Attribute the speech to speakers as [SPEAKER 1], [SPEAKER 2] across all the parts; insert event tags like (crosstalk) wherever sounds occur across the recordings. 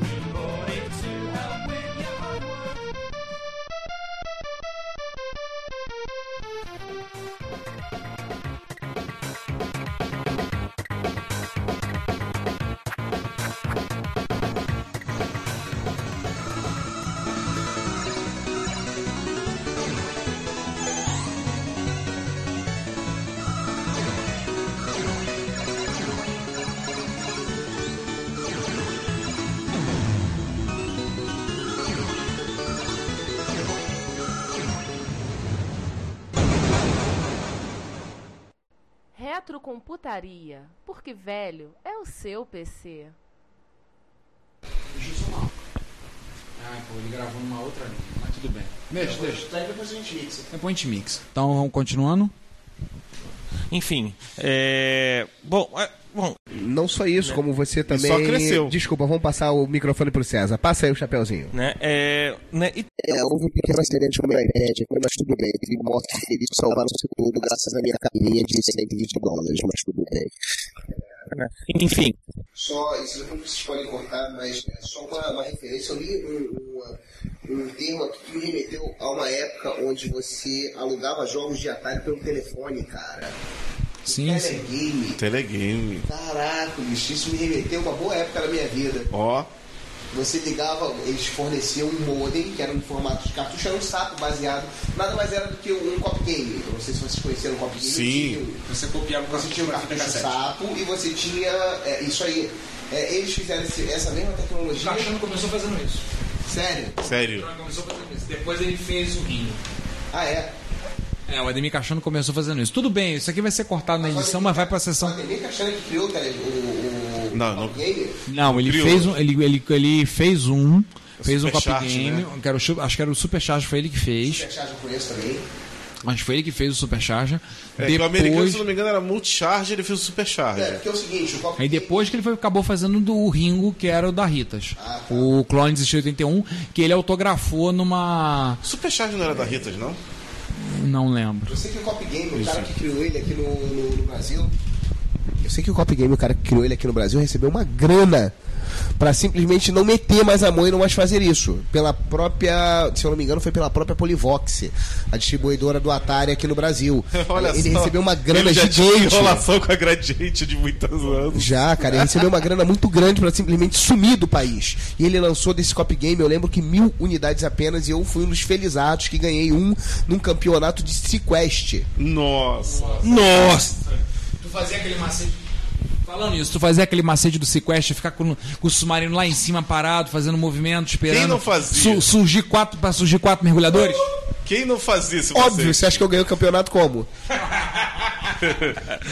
[SPEAKER 1] We bought it to help with your homework.
[SPEAKER 2] Retrocomputaria, porque velho é o seu PC.
[SPEAKER 3] Deixa isso lá. Ah, pô, ele gravou numa outra linha, mas tudo bem. Deixa, deixa.
[SPEAKER 4] Daí depois a gente mixa.
[SPEAKER 3] Depois a gente mixa. Então vamos continuando.
[SPEAKER 5] Enfim, é... Bom, é... bom,
[SPEAKER 6] Não só isso, como você também.
[SPEAKER 5] só cresceu.
[SPEAKER 6] Desculpa, vamos passar o microfone pro César. Passa aí o chapeuzinho.
[SPEAKER 5] né? É... né, e-
[SPEAKER 4] É, houve pequenas acidentes com o meu iPad, mas tudo bem. Teve morte feliz, salvaram-se tudo, graças à minha capinha de 120 dólares, mas tudo bem.
[SPEAKER 5] Enfim,
[SPEAKER 4] Só, isso não vocês podem cortar, mas é só uma, uma referência. Eu li um, uma- um termo aqui que me remeteu a uma época onde você alugava jogos de Atari pelo telefone, cara.
[SPEAKER 3] Sim, sim.
[SPEAKER 4] Telegame.
[SPEAKER 7] Telegame.
[SPEAKER 4] Caraca, bicho, isso me remeteu a uma boa época da minha vida.
[SPEAKER 7] Ó,
[SPEAKER 4] Você ligava, eles forneciam um modem, que era um formato de cartucho, era um saco baseado, nada mais era do que um cop game. Eu Não sei se vocês conheceram o cop game.
[SPEAKER 7] Sim.
[SPEAKER 4] Tinha um-
[SPEAKER 3] Você copiava
[SPEAKER 4] Você tinha um cartucho sapo e você tinha. é, isso aí. É, eles fizeram esse- essa mesma
[SPEAKER 3] O
[SPEAKER 4] tecnologia.
[SPEAKER 3] Cachano Tá começou fazendo isso. Tá,
[SPEAKER 4] Sério?
[SPEAKER 7] sério.
[SPEAKER 3] começou fazendo isso. Depois ele fez o rinho.
[SPEAKER 4] Ah, é?
[SPEAKER 3] É, o Ademir Cachano começou fazendo isso. Tudo bem, isso aqui vai ser cortado na edição, mas vai pra sessão.
[SPEAKER 4] Tem nem Castanha que criou o, tele- o, o
[SPEAKER 7] Não,
[SPEAKER 4] o
[SPEAKER 7] não.
[SPEAKER 4] game.
[SPEAKER 3] Não, ele
[SPEAKER 7] Criou.
[SPEAKER 3] fez um. Ele, ele, ele fez um. Fez um copy
[SPEAKER 7] É Supercharge,
[SPEAKER 3] game.
[SPEAKER 7] né?
[SPEAKER 3] que era o chu- acho que era o Supercharge, foi ele que fez.
[SPEAKER 4] Supercharge eu conheço também.
[SPEAKER 3] Acho que foi ele que fez o Supercharge.
[SPEAKER 7] É, que o americano,
[SPEAKER 3] depois.
[SPEAKER 7] se não me engano, era multicharge, ele fez o supercharge.
[SPEAKER 4] É, porque é o seguinte, o cop
[SPEAKER 3] Aí depois que ele foi, acabou fazendo do o Ringo, que era o da Ritas.
[SPEAKER 4] Ah, tá.
[SPEAKER 3] O Clones de 81, que ele autografou numa.
[SPEAKER 7] Supercharge não era da Ritas, não?
[SPEAKER 3] Não lembro.
[SPEAKER 4] Eu sei que o Cop Game, o
[SPEAKER 7] Isso.
[SPEAKER 4] cara que criou ele aqui no, no- no Brasil. Eu sei que o Cop Game, o cara que criou ele aqui no Brasil, recebeu uma grana pra simplesmente não meter mais a mão e não mais fazer isso. Pela própria, se eu não me engano, foi pela própria Polivox, a distribuidora do Atari aqui no Brasil.
[SPEAKER 7] (laughs) Olha
[SPEAKER 4] ele
[SPEAKER 7] só.
[SPEAKER 4] recebeu uma grana
[SPEAKER 7] ele já Tinha
[SPEAKER 4] gigante.
[SPEAKER 7] enrolação com a Gradiente de muitos anos.
[SPEAKER 4] Já, cara, ele recebeu uma grana muito grande pra simplesmente sumir do país. E ele lançou desse Cop Game, eu lembro que mil unidades apenas, e eu fui um dos felizados que ganhei um num campeonato de Sequest.
[SPEAKER 7] Nossa.
[SPEAKER 3] Nossa! Tu fazia aquele macete. Falando isso, tu fazia aquele macete do sequestro, ficar com, com o submarino lá em cima parado, fazendo movimento, esperando.
[SPEAKER 7] Quem não fazia?
[SPEAKER 3] surgir quatro, pra surgir quatro mergulhadores?
[SPEAKER 7] Quem não fazia esse
[SPEAKER 4] Óbvio,
[SPEAKER 7] macete?
[SPEAKER 4] você acha que eu ganhei o campeonato como? é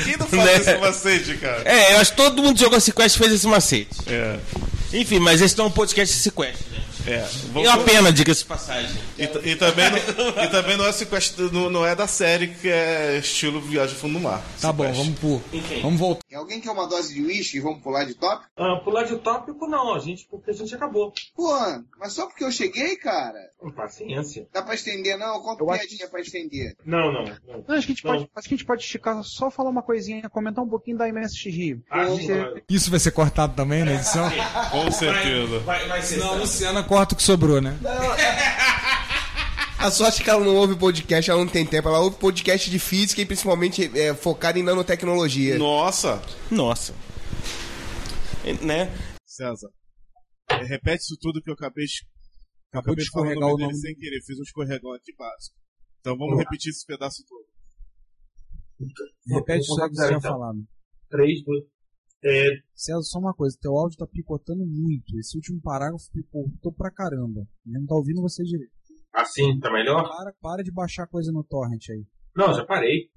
[SPEAKER 7] Quem não fazia
[SPEAKER 5] Né?
[SPEAKER 7] esse macete, cara?
[SPEAKER 5] é, eu acho que todo mundo que jogou esse quest e fez esse macete.
[SPEAKER 7] É.
[SPEAKER 5] Enfim, mas esse não é um podcast esse quest, gente.
[SPEAKER 7] É.
[SPEAKER 5] E
[SPEAKER 7] Vamos-
[SPEAKER 5] uma pena, diga-se de passagem.
[SPEAKER 7] E, t- e também, não, e também não, é sequest- não, não é da série que é estilo Viagem ao Fundo do Mar.
[SPEAKER 3] Tá bom, vamos pro. Vamos voltar.
[SPEAKER 4] Alguém quer uma dose de uísque e vamos pular de tópico?
[SPEAKER 8] Ah, pular de tópico não, a gente, porque a gente acabou.
[SPEAKER 4] Porra, mas só porque eu cheguei, cara?
[SPEAKER 8] Com paciência.
[SPEAKER 4] Dá pra estender, não? Quanto
[SPEAKER 9] Eu acho
[SPEAKER 4] piadinha pra estender?
[SPEAKER 8] Não, não. não.
[SPEAKER 9] Não, acho que a gente
[SPEAKER 8] Não.
[SPEAKER 9] pode, acho que a gente pode esticar, só falar uma coisinha, comentar um pouquinho da MSX.
[SPEAKER 8] Ah,
[SPEAKER 9] Você-
[SPEAKER 8] sim,
[SPEAKER 3] Isso vai ser cortado também na edição?
[SPEAKER 4] Ah, é,
[SPEAKER 7] Com certeza.
[SPEAKER 8] vai, vai ser.
[SPEAKER 3] Não, a Luciana corta o que sobrou, né?
[SPEAKER 6] A sorte é que ela não ouve podcast, ela não tem tempo. Ela ouve podcast de física e principalmente é, focada em nanotecnologia.
[SPEAKER 7] Nossa.
[SPEAKER 5] Nossa. E, Né?
[SPEAKER 7] César, é, repete isso tudo que eu acabei de,
[SPEAKER 3] Acabou de escorregar o
[SPEAKER 7] dele
[SPEAKER 3] nome.
[SPEAKER 7] sem querer. Fiz um escorregão aqui básico. Então vamos repetir esse pedaço todo.
[SPEAKER 9] Repete
[SPEAKER 8] Vou
[SPEAKER 9] só o que você
[SPEAKER 8] contar,
[SPEAKER 9] tinha
[SPEAKER 8] então.
[SPEAKER 9] falado.
[SPEAKER 8] Três, dois. É,
[SPEAKER 9] César, só uma coisa, teu áudio tá picotando muito. Esse último parágrafo picotou pra caramba. Eu não tá ouvindo você direito.
[SPEAKER 8] assim, tá melhor?
[SPEAKER 9] Para, para de baixar coisa no torrent aí.
[SPEAKER 8] Não, já parei.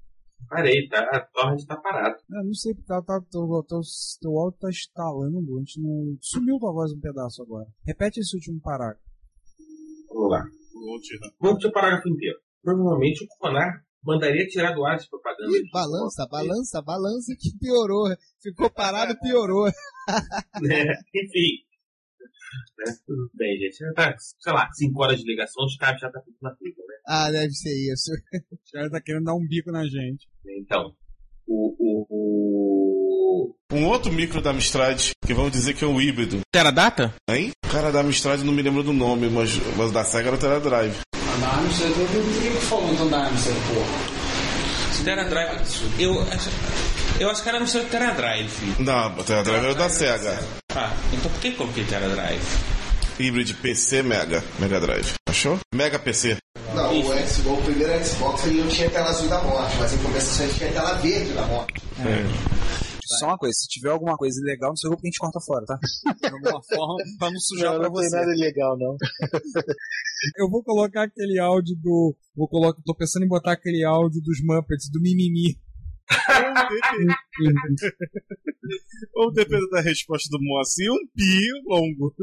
[SPEAKER 8] Parei, tá? A torre tá parada.
[SPEAKER 9] Não, não sei, tá, tá, teu, teu, teu áudio tá estalando, a gente não... Sumiu tua voz um pedaço agora. Repete esse último parágrafo.
[SPEAKER 8] Vamos lá.
[SPEAKER 7] Vou tirar.
[SPEAKER 8] Vamos pro parágrafo inteiro. Provavelmente o Conar mandaria tirar do ar as propagandas.
[SPEAKER 4] Ih, balança, balança, balança que piorou. Ficou parado, piorou.
[SPEAKER 8] Né? Enfim. Né? Tudo bem, gente. Já tá, sei lá, cinco horas de ligação, os cabos já tá tudo na fita, né?
[SPEAKER 4] Ah, deve ser isso.
[SPEAKER 8] né?
[SPEAKER 9] O cara tá querendo dar um bico na gente.
[SPEAKER 8] Então, o, o, o-
[SPEAKER 1] o.
[SPEAKER 7] Um outro micro da Amstrad, que vamos dizer que é um híbrido,
[SPEAKER 8] Teradata?
[SPEAKER 7] hein? O cara da Amstrad não me lembro do nome, mas, mas da SEGA era o Teradrive.
[SPEAKER 5] Da Amstrad, eu não sei o que falou então da Amstrad, porra.
[SPEAKER 8] Teradrive. Eu, acho- eu acho que era no seu Teradrive. filho.
[SPEAKER 7] Não, o Teradrive era da SEGA.
[SPEAKER 8] Ah, então por que eu coloquei Teradrive?
[SPEAKER 7] Híbrido PC Mega. Mega Drive. Achou? Mega PC.
[SPEAKER 4] Não, o Xbox, o primeiro Xbox ele não tinha tela azul da morte, mas em compensação ele tinha tela verde da morte.
[SPEAKER 3] Só uma coisa, se tiver alguma coisa legal no seu grupo, a gente corta fora, tá? (laughs) De alguma forma, pra não sujar pra você.
[SPEAKER 5] legal,
[SPEAKER 9] (laughs)
[SPEAKER 5] não.
[SPEAKER 3] Eu vou colocar aquele áudio do. Vou colocar, tô pensando em botar aquele áudio dos Muppets, do Mimimi.
[SPEAKER 7] Ou dependendo da resposta do Moacir, um pi longo.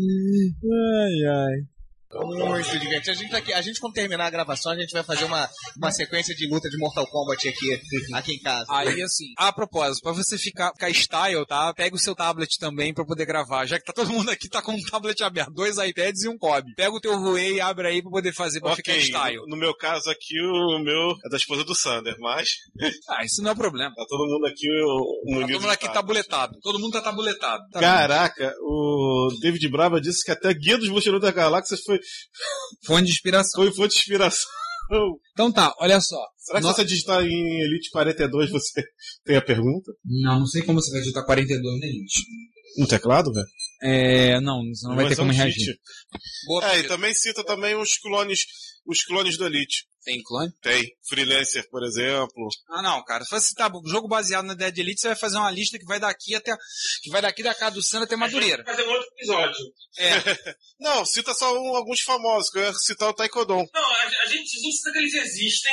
[SPEAKER 3] ai, ai.
[SPEAKER 5] Muito divertido. A gente, tá aqui, a gente, quando terminar a gravação, a gente vai fazer uma, uma sequência de luta de Mortal Kombat aqui, aqui em casa.
[SPEAKER 10] Aí, assim, a propósito, pra você ficar, ficar style, tá? Pega o seu tablet também pra poder gravar, já que tá todo mundo aqui tá com um tablet aberto, dois iPads e um Kobe. Pega o teu Huawei e abre aí pra poder fazer, pra ficar style.
[SPEAKER 7] no meu caso aqui, o meu é da esposa do Sander, mas
[SPEAKER 10] Ah, isso não é problema.
[SPEAKER 7] tá todo mundo aqui o-
[SPEAKER 10] Tá
[SPEAKER 7] unido
[SPEAKER 10] todo mundo
[SPEAKER 7] de
[SPEAKER 10] aqui
[SPEAKER 7] fato.
[SPEAKER 10] tabuletado. Todo mundo tá tabuletado. Tá
[SPEAKER 7] Caraca, o David Brava disse que até Guia dos Mochileiros da Galáxia foi,
[SPEAKER 10] Fonte de inspiração.
[SPEAKER 7] foi um fonte de inspiração. (laughs)
[SPEAKER 10] Então tá, olha só.
[SPEAKER 7] Será que
[SPEAKER 10] No-
[SPEAKER 7] se você digitar em Elite 42 você (laughs) tem a pergunta?
[SPEAKER 10] Não, não sei como você vai digitar 42 na elite.
[SPEAKER 7] Um teclado, velho?
[SPEAKER 10] É, não, você não vai ter
[SPEAKER 7] Mas é um
[SPEAKER 10] como
[SPEAKER 7] cheat.
[SPEAKER 10] reagir. Boa,
[SPEAKER 7] É, e também cita também os clones, os clones do Elite.
[SPEAKER 10] Tem clone?
[SPEAKER 7] Tem. Freelancer, por exemplo.
[SPEAKER 10] Ah, não, cara. Se você tá jogo baseado na ideia de Elite, você vai fazer uma lista que vai daqui até que vai daqui da casa do Sandro até Madureira.
[SPEAKER 1] Fazer um outro episódio.
[SPEAKER 7] Não, cita só um- alguns famosos, que eu ia citar o Taekwondo.
[SPEAKER 1] Não, a, a gente a gente sabe que eles existem.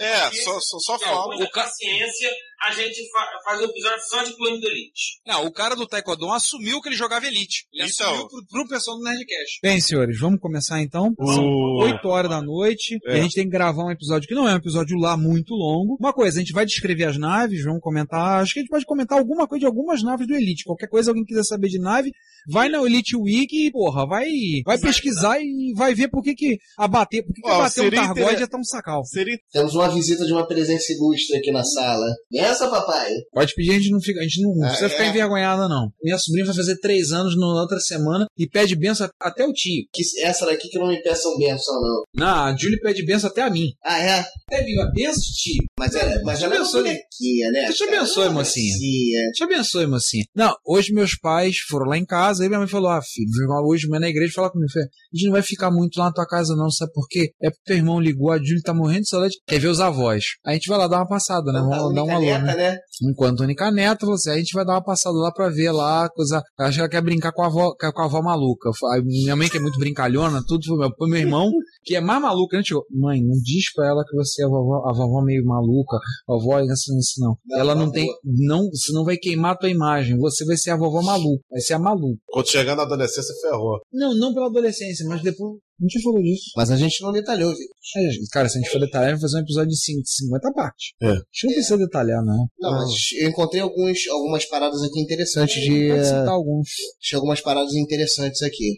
[SPEAKER 7] É, só, só, só fala.
[SPEAKER 1] O paciência, a gente fa- faz um episódio só de plano do Elite.
[SPEAKER 10] Não, o cara do Taekwondo assumiu que ele jogava Elite. Ele
[SPEAKER 7] Então.
[SPEAKER 10] assumiu pro, pro pessoal do Nerdcast.
[SPEAKER 3] Bem, senhores, vamos começar então. São
[SPEAKER 7] O-
[SPEAKER 3] 8 horas da noite.
[SPEAKER 7] É.
[SPEAKER 3] E a gente tem que gravar um episódio que não é um episódio lá muito longo. Uma coisa, a gente vai descrever as naves, vamos comentar. Acho que a gente pode comentar alguma coisa de algumas naves do Elite. Qualquer coisa, alguém quiser saber de nave, vai na Elite Wiki e, porra, vai, vai pesquisar e vai ver por que que abater, por que, que
[SPEAKER 7] Ó,
[SPEAKER 3] abater um
[SPEAKER 7] seria
[SPEAKER 3] Targoide
[SPEAKER 7] intere-
[SPEAKER 3] é tão sacal.
[SPEAKER 7] Seria
[SPEAKER 5] Temos uma visita de uma presença ilustre aqui na sala. Essa, papai?
[SPEAKER 3] Pode pedir, a gente não, fica, a gente não
[SPEAKER 5] Ah,
[SPEAKER 3] precisa
[SPEAKER 5] é?
[SPEAKER 3] ficar envergonhada, não. Minha sobrinha vai fazer três anos na outra semana e pede benção até o tio.
[SPEAKER 5] Que, essa daqui que não me peçam benção, não.
[SPEAKER 3] Na, a Julie pede benção até a mim.
[SPEAKER 5] Ah, é?
[SPEAKER 3] Até mim, ó, benção, tio.
[SPEAKER 5] Mas ela, mas ela é uma
[SPEAKER 3] abençoe.
[SPEAKER 5] bonequinha, né?
[SPEAKER 3] Deus te
[SPEAKER 5] cara?
[SPEAKER 3] abençoe,
[SPEAKER 5] Ela é uma
[SPEAKER 3] mocinha.
[SPEAKER 5] mocinha.
[SPEAKER 3] Te abençoe, mocinha. Não, hoje meus pais foram lá em casa, aí minha mãe falou, ah, filho, vem lá hoje amanhã na igreja falar comigo. Eu falei, a gente não vai ficar muito lá na tua casa não, sabe por quê? É porque teu irmão ligou, a Júlia tá morrendo de saudade, quer ver os avós. Aí a gente vai lá dar uma passada, né?
[SPEAKER 5] Tá
[SPEAKER 3] Vamos lá
[SPEAKER 5] única
[SPEAKER 3] dar uma alô, né?
[SPEAKER 5] neta, né?
[SPEAKER 3] Enquanto a Única Neto falou assim, a gente vai dar uma passada lá pra ver lá, coisa... Eu acho que ela quer brincar com a avó, com a avó maluca. Eu falei, "Ah, Minha mãe que é muito brincalhona, tudo, foi meu, foi meu irmão, que é mais maluca, né? Tipo, mãe, não diz pra ela que você é a vovó, a vovó meio maluca, a vovó é assim, assim, não.
[SPEAKER 5] Não,
[SPEAKER 3] ela não
[SPEAKER 5] por
[SPEAKER 3] tem,
[SPEAKER 5] favor.
[SPEAKER 3] não, você não vai queimar a tua imagem, você vai ser a vovó maluca, vai ser a maluca.
[SPEAKER 7] quando chegar na adolescência, ferrou.
[SPEAKER 3] Não, não pela adolescência, mas depois... A gente falou disso.
[SPEAKER 5] Mas a gente não detalhou, viu?
[SPEAKER 3] É, gente, Cara, se a gente for detalhar, a gente vai fazer um episódio de cin- 50 partes.
[SPEAKER 7] É.
[SPEAKER 3] A gente não precisa detalhar, não.
[SPEAKER 5] Não, mas eu encontrei alguns, algumas paradas aqui interessantes de.
[SPEAKER 3] Pode
[SPEAKER 5] eh,
[SPEAKER 9] Tá
[SPEAKER 3] citar alguns.
[SPEAKER 5] Tinha algumas paradas interessantes aqui.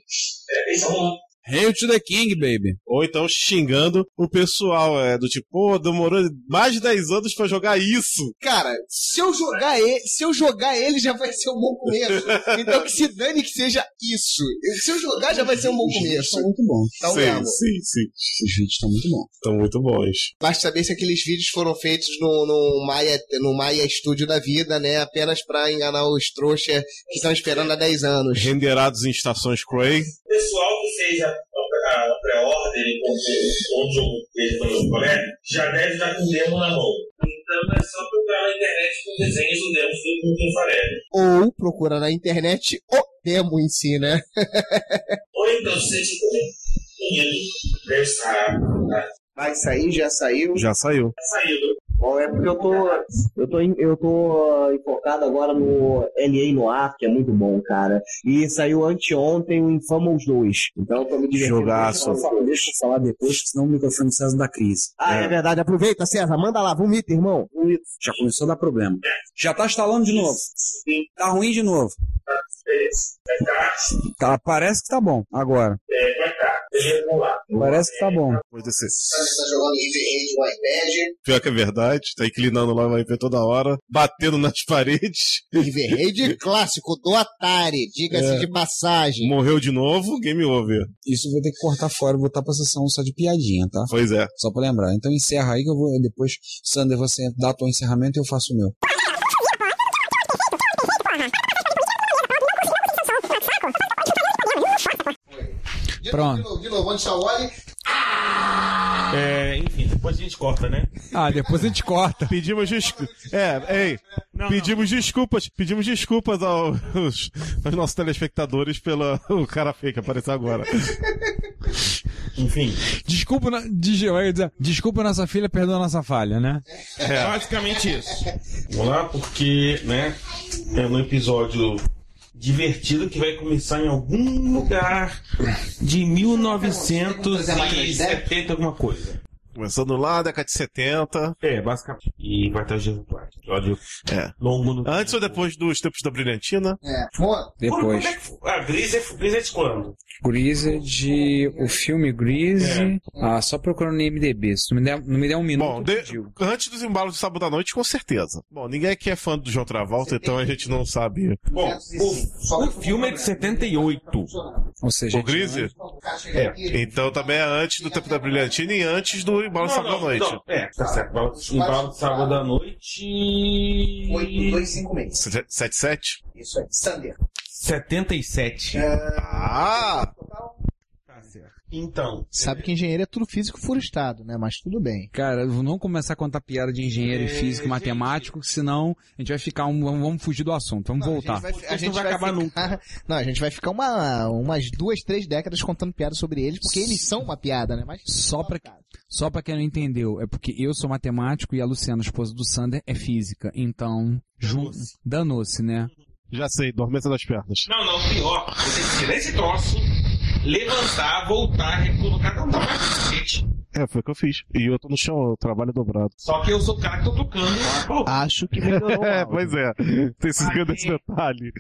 [SPEAKER 3] Hail to the King, baby.
[SPEAKER 7] Ou então xingando o pessoal, é do tipo, pô, demorou mais de 10 anos pra jogar isso.
[SPEAKER 4] Cara, se eu jogar ele, se eu jogar ele já vai ser um bom começo. Então que se dane que seja isso. Se eu jogar já vai ser um bom começo.
[SPEAKER 3] é muito bom.
[SPEAKER 4] Então,
[SPEAKER 7] sim,
[SPEAKER 4] mesmo.
[SPEAKER 7] sim, sim.
[SPEAKER 3] Os vídeos estão muito bons.
[SPEAKER 7] Estão muito bons.
[SPEAKER 4] Basta saber se aqueles vídeos foram feitos no, no Maia, no Maia Studio da vida, né? Apenas pra enganar os trouxas que estão esperando há 10 anos.
[SPEAKER 7] Renderados em estações Cray.
[SPEAKER 1] Pessoal que fez a, a- a pré-ordem ou o jogo fez um para o colega, já deve estar com o demo na mão. Então é só procurar na internet com desenhos do demo do Milton Farelli.
[SPEAKER 4] Ou procura na internet o demo em si, né?
[SPEAKER 1] Ou então, se você tiver dinheiro, deve estar.
[SPEAKER 4] Vai sair, já saiu.
[SPEAKER 7] Já saiu.
[SPEAKER 1] Saiu.
[SPEAKER 5] Bom, é porque eu tô. Eu tô, eu tô ah, enfocado agora no LA Noir, que é muito bom, cara. E saiu anteontem o Infamous 2. Então eu tô me divertindo.
[SPEAKER 7] Jogaço.
[SPEAKER 5] Deixa eu falar- deixa eu falar depois.
[SPEAKER 3] Hoje, senão o microfone do César da crise.
[SPEAKER 5] Ah, é. verdade. Aproveita, César. Manda lá. Vomita, irmão. Vomita.
[SPEAKER 3] Já começou a dar problema. Já tá instalando de novo.
[SPEAKER 1] Sim.
[SPEAKER 3] Tá ruim de novo.
[SPEAKER 1] Vai dar.
[SPEAKER 3] Tá, parece que tá bom agora.
[SPEAKER 1] É, vai dar.
[SPEAKER 11] regular.
[SPEAKER 5] Parece que tá bom.
[SPEAKER 11] Você tá jogando Riverhead no iPad.
[SPEAKER 7] Pior que é verdade, tá inclinando lá vai ver toda hora, batendo nas (laughs) paredes.
[SPEAKER 9] Riverhead é clássico do Atari, diga-se
[SPEAKER 7] É.
[SPEAKER 9] de passagem.
[SPEAKER 7] Morreu de novo, game over.
[SPEAKER 5] Isso eu vou ter que cortar fora e botar pra sessão só de piadinha, tá?
[SPEAKER 7] Pois é.
[SPEAKER 5] Só pra lembrar. Então encerra aí que eu vou. Depois, Sander, você dá teu encerramento e eu faço o meu.
[SPEAKER 12] Pronto.
[SPEAKER 13] De novo, de novo, onde está o Wally?
[SPEAKER 8] É, enfim, depois a gente corta, né?
[SPEAKER 12] Ah, depois a gente corta.
[SPEAKER 7] Pedimos desculpas. É, ei. pedimos desculpas. Pedimos desculpas aos, (laughs) aos nossos telespectadores pelo (laughs) o cara feio que apareceu agora.
[SPEAKER 8] Enfim.
[SPEAKER 12] Desculpa, na- de- eu ia dizer, desculpa nossa filha, perdoa nossa falha, né?
[SPEAKER 8] É. Basicamente isso. Vamos lá, porque, né? É um episódio divertido que vai começar em algum lugar de 1970 alguma coisa.
[SPEAKER 7] Começando lá, década de 70.
[SPEAKER 8] É, basicamente. E vai estar o Diego Duarte. Episódio
[SPEAKER 7] É.
[SPEAKER 8] longo no...
[SPEAKER 7] Antes ou depois dos tempos da Brilhantina?
[SPEAKER 9] É.
[SPEAKER 8] Como é que foi? Ah, Gris é, Gris é de quando?
[SPEAKER 3] Greased, o filme Greased. Ah, só procurando no IMDB. Se não me der, não me der um minuto.
[SPEAKER 7] Bom, de- antes dos embalos de sábado à noite, com certeza. Bom, ninguém aqui é fã do João Travolta, então a gente não sabe.
[SPEAKER 8] Bom, o, o filme é de 78.
[SPEAKER 5] Ou seja,
[SPEAKER 7] o Grise? É. Então também é antes do tempo da Brilhantina e antes do embalo de
[SPEAKER 8] Não,
[SPEAKER 7] sábado
[SPEAKER 8] não,
[SPEAKER 7] à noite.
[SPEAKER 8] não. É, tá certo. Embalo- Embalo de sábado à noite.
[SPEAKER 9] 8, 2, 5 meses.
[SPEAKER 7] 77?
[SPEAKER 9] Isso aí. Sander.
[SPEAKER 8] 77.
[SPEAKER 7] Ah!
[SPEAKER 8] Tá certo. Então.
[SPEAKER 9] Sabe que engenheiro é tudo físico furustado, né? Mas tudo bem.
[SPEAKER 3] Cara, eu vou não começar a contar piada de engenheiro
[SPEAKER 9] É,
[SPEAKER 3] e físico, matemático, que senão a gente vai ficar um. Vamos vamos fugir do assunto, vamos voltar.
[SPEAKER 9] A gente vai acabar nunca. Não, a gente vai ficar uma, umas duas, três décadas contando piada sobre eles, porque eles são uma piada, né? Mas
[SPEAKER 3] Só pra, só pra quem não entendeu, é porque eu sou matemático e a Luciana, esposa do Sander, é física. Então, jun- danou-se, né?
[SPEAKER 7] Já sei, dormência das pernas.
[SPEAKER 8] Não, não, pior. Você tirar esse troço, levantar, voltar, um recolocar, não dá mais cacete.
[SPEAKER 7] É, foi o que eu fiz. E eu tô no chão, eu trabalho dobrado.
[SPEAKER 8] Só que eu sou o cara que tô tocando.
[SPEAKER 9] Acho
[SPEAKER 7] (laughs)
[SPEAKER 9] que
[SPEAKER 7] É, pois é. Tem esse esse detalhe.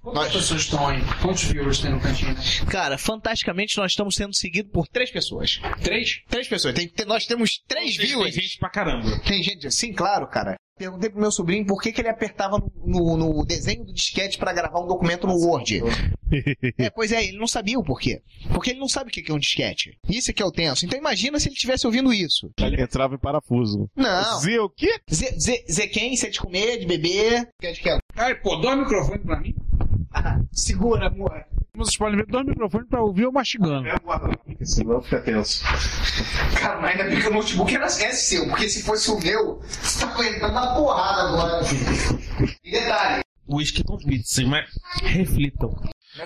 [SPEAKER 9] Quantas pessoas estão aí? Quantos viewers tem no cantinho? Cara, fantasticamente nós estamos sendo seguidos por três pessoas. Três? Três pessoas. Tem- tem- nós temos três viewers. Tem
[SPEAKER 8] gente pra caramba.
[SPEAKER 9] Tem gente, sim, claro, cara. Perguntei pro meu sobrinho por que, que ele apertava no, no desenho do disquete pra gravar um documento no Word. É, pois é, ele não sabia o porquê. Porque ele não sabe o que que é um disquete. Isso é que é o tenso. Então imagina se ele estivesse ouvindo isso.
[SPEAKER 7] Entrava em parafuso.
[SPEAKER 9] Não.
[SPEAKER 7] Zé o quê?
[SPEAKER 9] Zé quem? Zé de comer, de beber. Quer de quê?
[SPEAKER 7] Ai, pô, dá o microfone pra mim.
[SPEAKER 9] (laughs) Segura, amor.
[SPEAKER 3] Como vocês podem ver, dois microfones pra ouvir eu mastigando.
[SPEAKER 7] Senão fica tenso.
[SPEAKER 9] Cara, mas ainda bem que o notebook era, é seu, porque se fosse o meu, você tava entrando na porrada agora. E detalhe,
[SPEAKER 8] Whisky com pizza, é mas reflitam.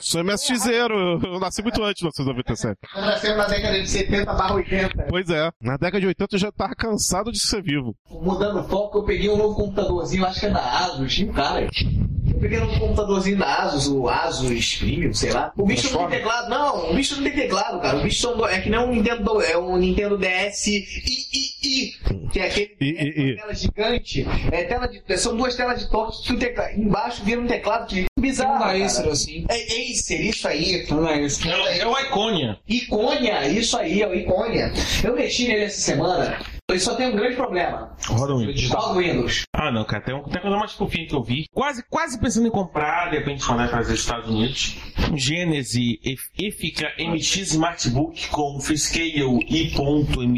[SPEAKER 7] Sou MSXero, eu nasci muito antes de 1997.
[SPEAKER 9] nós nascemos na década de 70 barra 80.
[SPEAKER 7] Pois é, na década de 80 eu já tava cansado de ser vivo.
[SPEAKER 9] Mudando o foco, eu peguei um novo computadorzinho, acho que é da Asus, hein, cara. Eu peguei um computadorzinho da Asus, o Asus Premium, sei lá. O bicho não tem teclado, não, o bicho não tem teclado, cara. O bicho são do- é que nem um Nintendo, do- é um Nintendo DS I, I, I, que é aquele
[SPEAKER 7] I,
[SPEAKER 9] tela gigante. É tela de, são duas telas de toque que o teclado, embaixo vira um teclado que bizarro.
[SPEAKER 3] Não dá
[SPEAKER 9] cara.
[SPEAKER 3] Acer assim.
[SPEAKER 9] É Acer, isso aí.
[SPEAKER 3] Não dá Acer.
[SPEAKER 8] É o Iconia.
[SPEAKER 9] Icônia, isso aí, é o Icônia. Eu mexi nele essa semana, ele só tem um grande problema.
[SPEAKER 8] Roda o Windows.
[SPEAKER 9] Roda o Windows.
[SPEAKER 8] Ah, não, cara. Tem, um- tem uma coisa mais fofinha que eu vi. Quase, quase pensando em comprar, de repente, quando vai trazer dos Estados Unidos. Um Genesis EFICA MX Smartbook com Freescale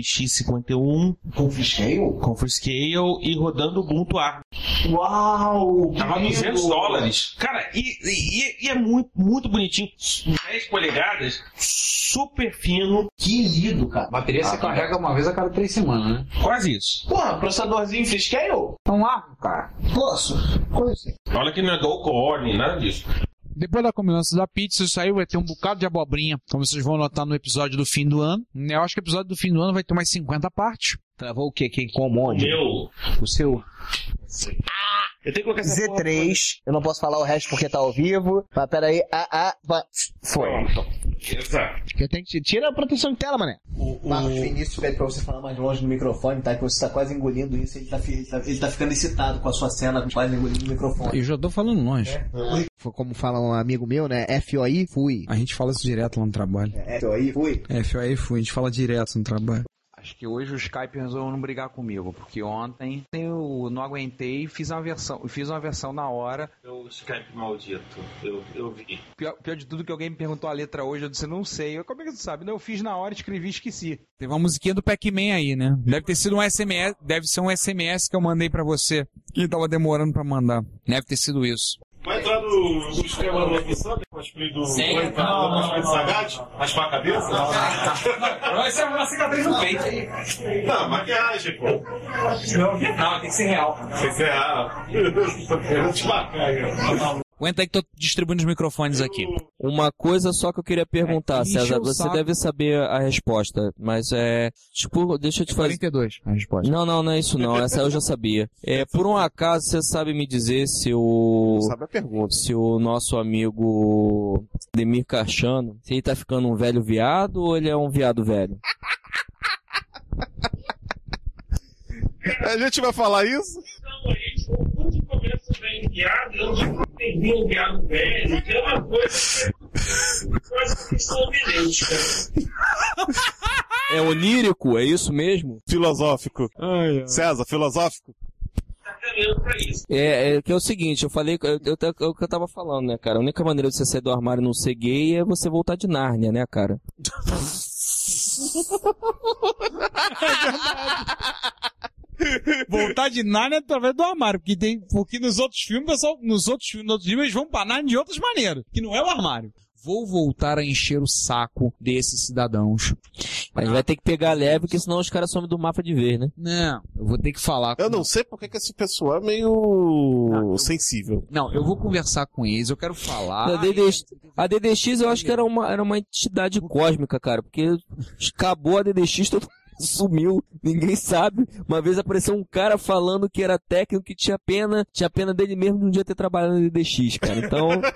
[SPEAKER 8] I.MX51.
[SPEAKER 9] Com Freescale?
[SPEAKER 8] Com Freescale e rodando Ubuntu ARM.
[SPEAKER 9] Uau!
[SPEAKER 8] Tava
[SPEAKER 9] que
[SPEAKER 8] 200
[SPEAKER 9] lindo.
[SPEAKER 8] dólares. Cara, e, e- e- e é muito, muito bonitinho. 10 polegadas, super fino.
[SPEAKER 9] Que lindo, cara. Ah, tá.
[SPEAKER 3] Bateria você carrega uma vez a cada três semanas, né?
[SPEAKER 8] Quase isso.
[SPEAKER 9] Porra, processadorzinho Freescale?
[SPEAKER 3] Então lá, cara.
[SPEAKER 9] Posso? Conheci.
[SPEAKER 8] Olha que não é dual core, nem nada disso.
[SPEAKER 3] Depois da combinação da pizza, isso aí vai ter um bocado de abobrinha, como vocês vão notar no episódio do fim do ano. né? Eu acho que o episódio do fim do ano vai ter mais 50 partes.
[SPEAKER 9] Travou o quê? Quem? Como? Onde?
[SPEAKER 8] Meu.
[SPEAKER 9] O seu.
[SPEAKER 8] Eu tenho que colocar
[SPEAKER 9] Z3. Eu não posso falar o resto porque tá ao vivo. Mas peraí. Ah, ah. Vai. Foi.
[SPEAKER 14] Exato.
[SPEAKER 15] Porque tem que tira a proteção de tela, mané.
[SPEAKER 9] O Marcos Vinícius pede pra você falar mais longe no microfone, tá? Que você tá quase engolindo isso, ele tá, fi- ele tá, ele tá ficando excitado com a sua cena, quase engolindo o microfone.
[SPEAKER 8] Eu já tô falando longe.
[SPEAKER 9] É.
[SPEAKER 15] Foi como fala um amigo meu, né? FOI, fui.
[SPEAKER 8] A gente fala isso direto lá no trabalho.
[SPEAKER 15] É, FOI, fui.
[SPEAKER 8] É, FOI fui. A gente fala direto no trabalho.
[SPEAKER 16] Acho que hoje o Skype resolveu não brigar comigo, porque ontem eu não aguentei e fiz uma versão, fiz uma versão na hora.
[SPEAKER 17] Meu Skype maldito. Eu, eu vi.
[SPEAKER 16] Pior, pior de tudo que alguém me perguntou a letra hoje, eu disse, não sei. Eu, como é que tu sabe? Não, eu fiz na hora, escrevi e esqueci.
[SPEAKER 3] Teve uma musiquinha do Pac-Man aí, né? Deve ter sido um SMS, deve ser um SMS que eu mandei pra você. E tava demorando pra mandar. Deve ter sido isso.
[SPEAKER 18] Vai entrar no, no esquema do aqui, sabe? O cosplay do
[SPEAKER 3] Sim,
[SPEAKER 18] vai entrar
[SPEAKER 3] não,
[SPEAKER 18] no cosplay do
[SPEAKER 3] não,
[SPEAKER 18] Sagat? Raspar a cabeça?
[SPEAKER 17] Não, isso é uma cicatriz no peito.
[SPEAKER 18] Não, maquiagem, pô.
[SPEAKER 17] Não, tem que ser real.
[SPEAKER 18] Tem que ser real. Eu vou te marcar aí, ó.
[SPEAKER 3] Aguenta aí que tô distribuindo os microfones aqui.
[SPEAKER 5] Uma coisa só que eu queria perguntar,
[SPEAKER 3] encheu
[SPEAKER 5] César.
[SPEAKER 3] o
[SPEAKER 5] Você
[SPEAKER 3] saco.
[SPEAKER 5] deve saber a resposta, mas é. Tipo, deixa eu te fazer.
[SPEAKER 8] 42, a resposta.
[SPEAKER 5] Não, não, não é isso não. Essa eu já sabia. É, por um acaso, você sabe me dizer se o. Sabe a pergunta. Se o nosso amigo Demir Cachano, se ele tá ficando um velho viado ou ele é um viado velho?
[SPEAKER 7] A gente vai falar isso?
[SPEAKER 1] Viado, eu nunca entendi um viado velho, tem uma coisa que são evidentes,
[SPEAKER 5] É onírico, é isso mesmo?
[SPEAKER 7] Filosófico. César, filosófico?
[SPEAKER 5] É, é que é o seguinte, eu falei, eu, eu, eu, é o que eu tava falando, né, cara? A única maneira de você sair do armário e não ser gay é você voltar de Nárnia, né, cara?
[SPEAKER 8] tá
[SPEAKER 3] Voltar de Narnia através do armário, porque tem, porque nos outros filmes, pessoal, nos outros filmes, nos outros filmes eles vão pra Narnia de outras maneiras, que não é o armário. Vou voltar a encher o saco desses cidadãos.
[SPEAKER 5] Mas vai ter que pegar leve, porque senão os caras somem do mapa de vez, né?
[SPEAKER 8] Não, eu vou ter que falar.
[SPEAKER 7] Eu não sei porque que esse pessoal é meio
[SPEAKER 5] Ah.
[SPEAKER 7] sensível.
[SPEAKER 8] Não, eu vou conversar com eles, eu quero falar.
[SPEAKER 5] A, DDX, a DDX eu acho que era uma, era uma entidade cósmica, cara, porque acabou a DDX, (laughs) todo mundo sumiu, ninguém sabe. Uma vez apareceu um cara falando que era técnico, que tinha pena, tinha pena dele mesmo de um dia ter trabalhado na DDX, cara. Então. (laughs)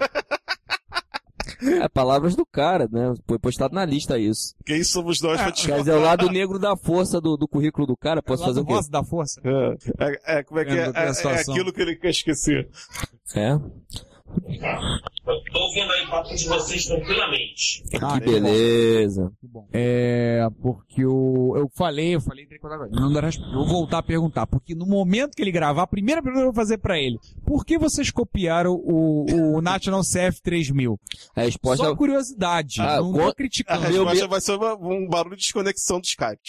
[SPEAKER 5] É, palavras do cara, né? Foi postado na lista isso.
[SPEAKER 7] Quem somos nós pra te
[SPEAKER 5] Quer dizer, é o lado negro da força do, do currículo do cara, posso fazer o quê?
[SPEAKER 3] da força?
[SPEAKER 7] É, é, como é que é?
[SPEAKER 5] Lembra da
[SPEAKER 7] É, é
[SPEAKER 5] situação.
[SPEAKER 7] aquilo que ele quer esquecer.
[SPEAKER 5] É?
[SPEAKER 1] Estou ouvindo aí o papo de vocês tranquilamente.
[SPEAKER 5] que beleza.
[SPEAKER 8] É, porque eu, eu falei, eu falei, entrei em contato com ele. não dará resposta. Eu vou voltar a perguntar, porque no momento que ele gravar, a primeira pergunta que eu vou fazer pra ele, por que vocês copiaram o, o National CF 3000?
[SPEAKER 5] A resposta é
[SPEAKER 7] um-
[SPEAKER 8] Só curiosidade, não tô
[SPEAKER 7] A
[SPEAKER 8] criticando.
[SPEAKER 7] resposta vai ser uma- um barulho de desconexão do Skype.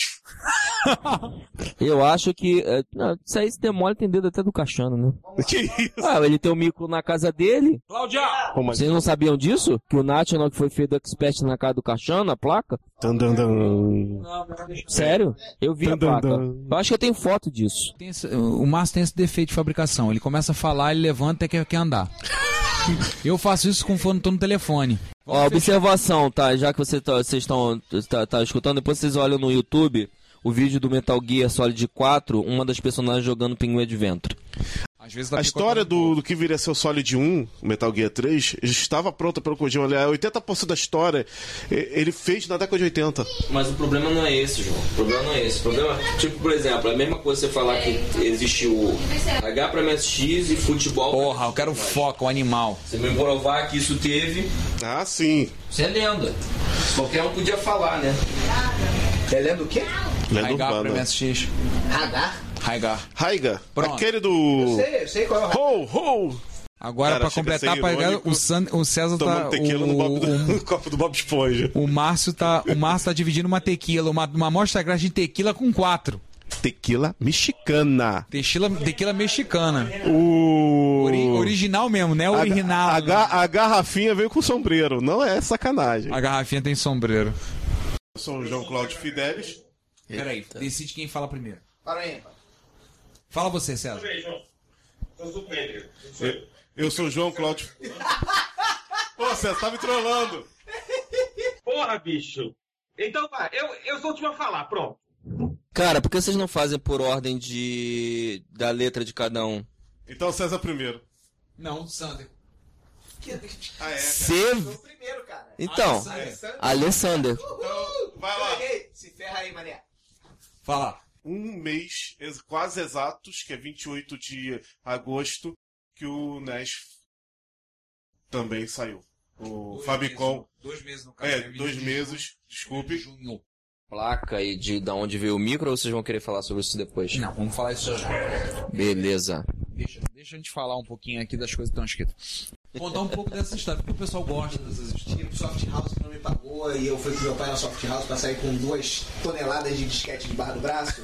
[SPEAKER 5] Eu acho que. é, Não, isso aí se demole tem dedo até do Cachano, né?
[SPEAKER 7] (laughs) Que isso? assim?
[SPEAKER 5] Ah, ele tem um micro na casa dele.
[SPEAKER 17] Cláudia!
[SPEAKER 5] Vocês não sabiam disso? Que o National que foi feito expert na casa do Cachano, a placa?
[SPEAKER 7] É.
[SPEAKER 5] Sério? Eu vi a
[SPEAKER 3] Dun, dun,
[SPEAKER 5] placa.
[SPEAKER 3] dun.
[SPEAKER 5] Eu acho que eu tenho foto disso.
[SPEAKER 3] Tem esse- o Márcio tem esse defeito de fabricação. Ele começa a falar, ele levanta e quer, quer
[SPEAKER 7] (laughs)
[SPEAKER 3] andar. Eu faço isso com fone, tô no telefone.
[SPEAKER 5] Ó, observação, tá? Já que você tá- vocês estão tá, tá escutando, depois vocês olham no YouTube o vídeo do Metal Gear Solid 4, uma das personagens jogando Pinguim Adventure.
[SPEAKER 7] a
[SPEAKER 3] um
[SPEAKER 7] história do, do que viria ser o Solid 1, o Metal Gear 3, já estava pronta pelo Kojima. Aliás, 80% da história e- ele fez na década de 80.
[SPEAKER 16] Mas o problema não é esse, João. O problema não é esse. O problema, tipo, por exemplo, é a mesma coisa você falar que existe o H pra MSX e futebol.
[SPEAKER 3] Porra, eu quero um foco, o animal.
[SPEAKER 16] Você me provar que isso teve.
[SPEAKER 7] Ah, sim.
[SPEAKER 16] Isso é lenda. Qualquer um podia falar, né?
[SPEAKER 9] É lendo o quê?
[SPEAKER 7] Lenda
[SPEAKER 3] Raigar pra
[SPEAKER 7] Urbana.
[SPEAKER 3] MSX.
[SPEAKER 9] Radar?
[SPEAKER 3] Raigar.
[SPEAKER 7] Raiga,
[SPEAKER 3] Pronto.
[SPEAKER 7] aquele do.
[SPEAKER 9] eu sei qual é
[SPEAKER 7] Ho,
[SPEAKER 9] o
[SPEAKER 7] ho!
[SPEAKER 3] Agora,
[SPEAKER 7] Cara,
[SPEAKER 3] pra
[SPEAKER 7] chega a ser
[SPEAKER 3] completar, pra-
[SPEAKER 7] irônico,
[SPEAKER 3] o, San- o César tá.
[SPEAKER 7] Tomando tequila no, Bob do- (laughs)
[SPEAKER 3] o-
[SPEAKER 7] no copo do Bob Esponja.
[SPEAKER 3] o, o Márcio tá. O Márcio tá dividindo uma tequila, uma, uma amostra grátis de tequila com quatro.
[SPEAKER 7] Tequila mexicana.
[SPEAKER 3] Tequila, tequila mexicana.
[SPEAKER 7] O.
[SPEAKER 3] Ori- original mesmo, né?
[SPEAKER 7] A-
[SPEAKER 3] Original.
[SPEAKER 7] A, ga- a garrafinha veio com sombreiro, não é sacanagem.
[SPEAKER 3] A garrafinha tem sombreiro.
[SPEAKER 7] Eu sou o João Cláudio Fidelis.
[SPEAKER 3] Peraí, decide quem fala primeiro.
[SPEAKER 9] Para aí,
[SPEAKER 3] Fala você, César.
[SPEAKER 1] Eu sou Pedro.
[SPEAKER 7] Eu, eu sou o João Cláudio. (laughs) Pô, você tá me trolando.
[SPEAKER 17] Porra, bicho. Então vai, eu, eu sou o último a falar, pronto.
[SPEAKER 5] Cara, por que vocês não fazem por ordem de da letra de cada um?
[SPEAKER 7] Então César primeiro.
[SPEAKER 3] Não, Sander.
[SPEAKER 8] Ah, é,
[SPEAKER 5] Cê-
[SPEAKER 8] cara.
[SPEAKER 4] O primeiro, cara.
[SPEAKER 5] Então,
[SPEAKER 3] É.
[SPEAKER 4] Alessandro.
[SPEAKER 5] Alessander.
[SPEAKER 4] Então, vai lá. Se ferra aí, mané.
[SPEAKER 7] Fala. Um mês, ex- quase exatos, que é 28 de agosto, que o NES também saiu. O Fabicom.
[SPEAKER 19] Dois meses no caso.
[SPEAKER 7] É, dois meses, desculpe.
[SPEAKER 5] Placa e de, da onde veio o micro, ou vocês vão querer falar sobre isso depois? Não,
[SPEAKER 3] vamos falar isso já.
[SPEAKER 5] Beleza.
[SPEAKER 3] Deixa, deixa a gente falar um pouquinho aqui das coisas que estão escritas. Contar um pouco dessa história, porque o pessoal gosta dessas histórias.
[SPEAKER 4] Tipo, Soft House que não me pagou e eu fui pro meu pai na Soft House pra sair com duas toneladas de disquete debaixo do
[SPEAKER 5] (laughs)
[SPEAKER 4] braço.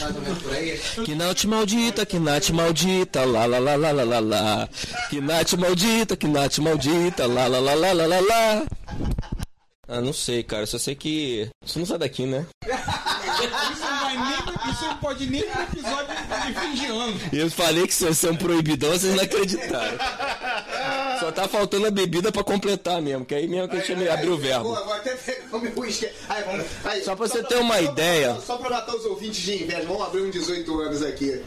[SPEAKER 4] Mais ou menos por aí.
[SPEAKER 5] Que Nath maldita, que Nath maldita, lá lá lá lá lá lá lá. Que Nath maldita, que Nath maldita, lá lá lá lá lá lá lá. Ah, não sei, cara, só sei que. Isso não sai daqui, né?
[SPEAKER 20] Isso não, vai nem pro- isso não pode nem pro episódio de fim de ano.
[SPEAKER 5] Eu falei que se você é um proibidão, vocês não acreditaram. Só tá faltando a bebida pra completar mesmo, que aí mesmo que a gente abriu o verbo.
[SPEAKER 4] Vou, vou até pegar o meu uísque. Aí, vamos- aí,
[SPEAKER 5] Só pra você ter uma ideia.
[SPEAKER 4] Só pra matar os ouvintes de inveja, vamos abrir um 18 anos aqui.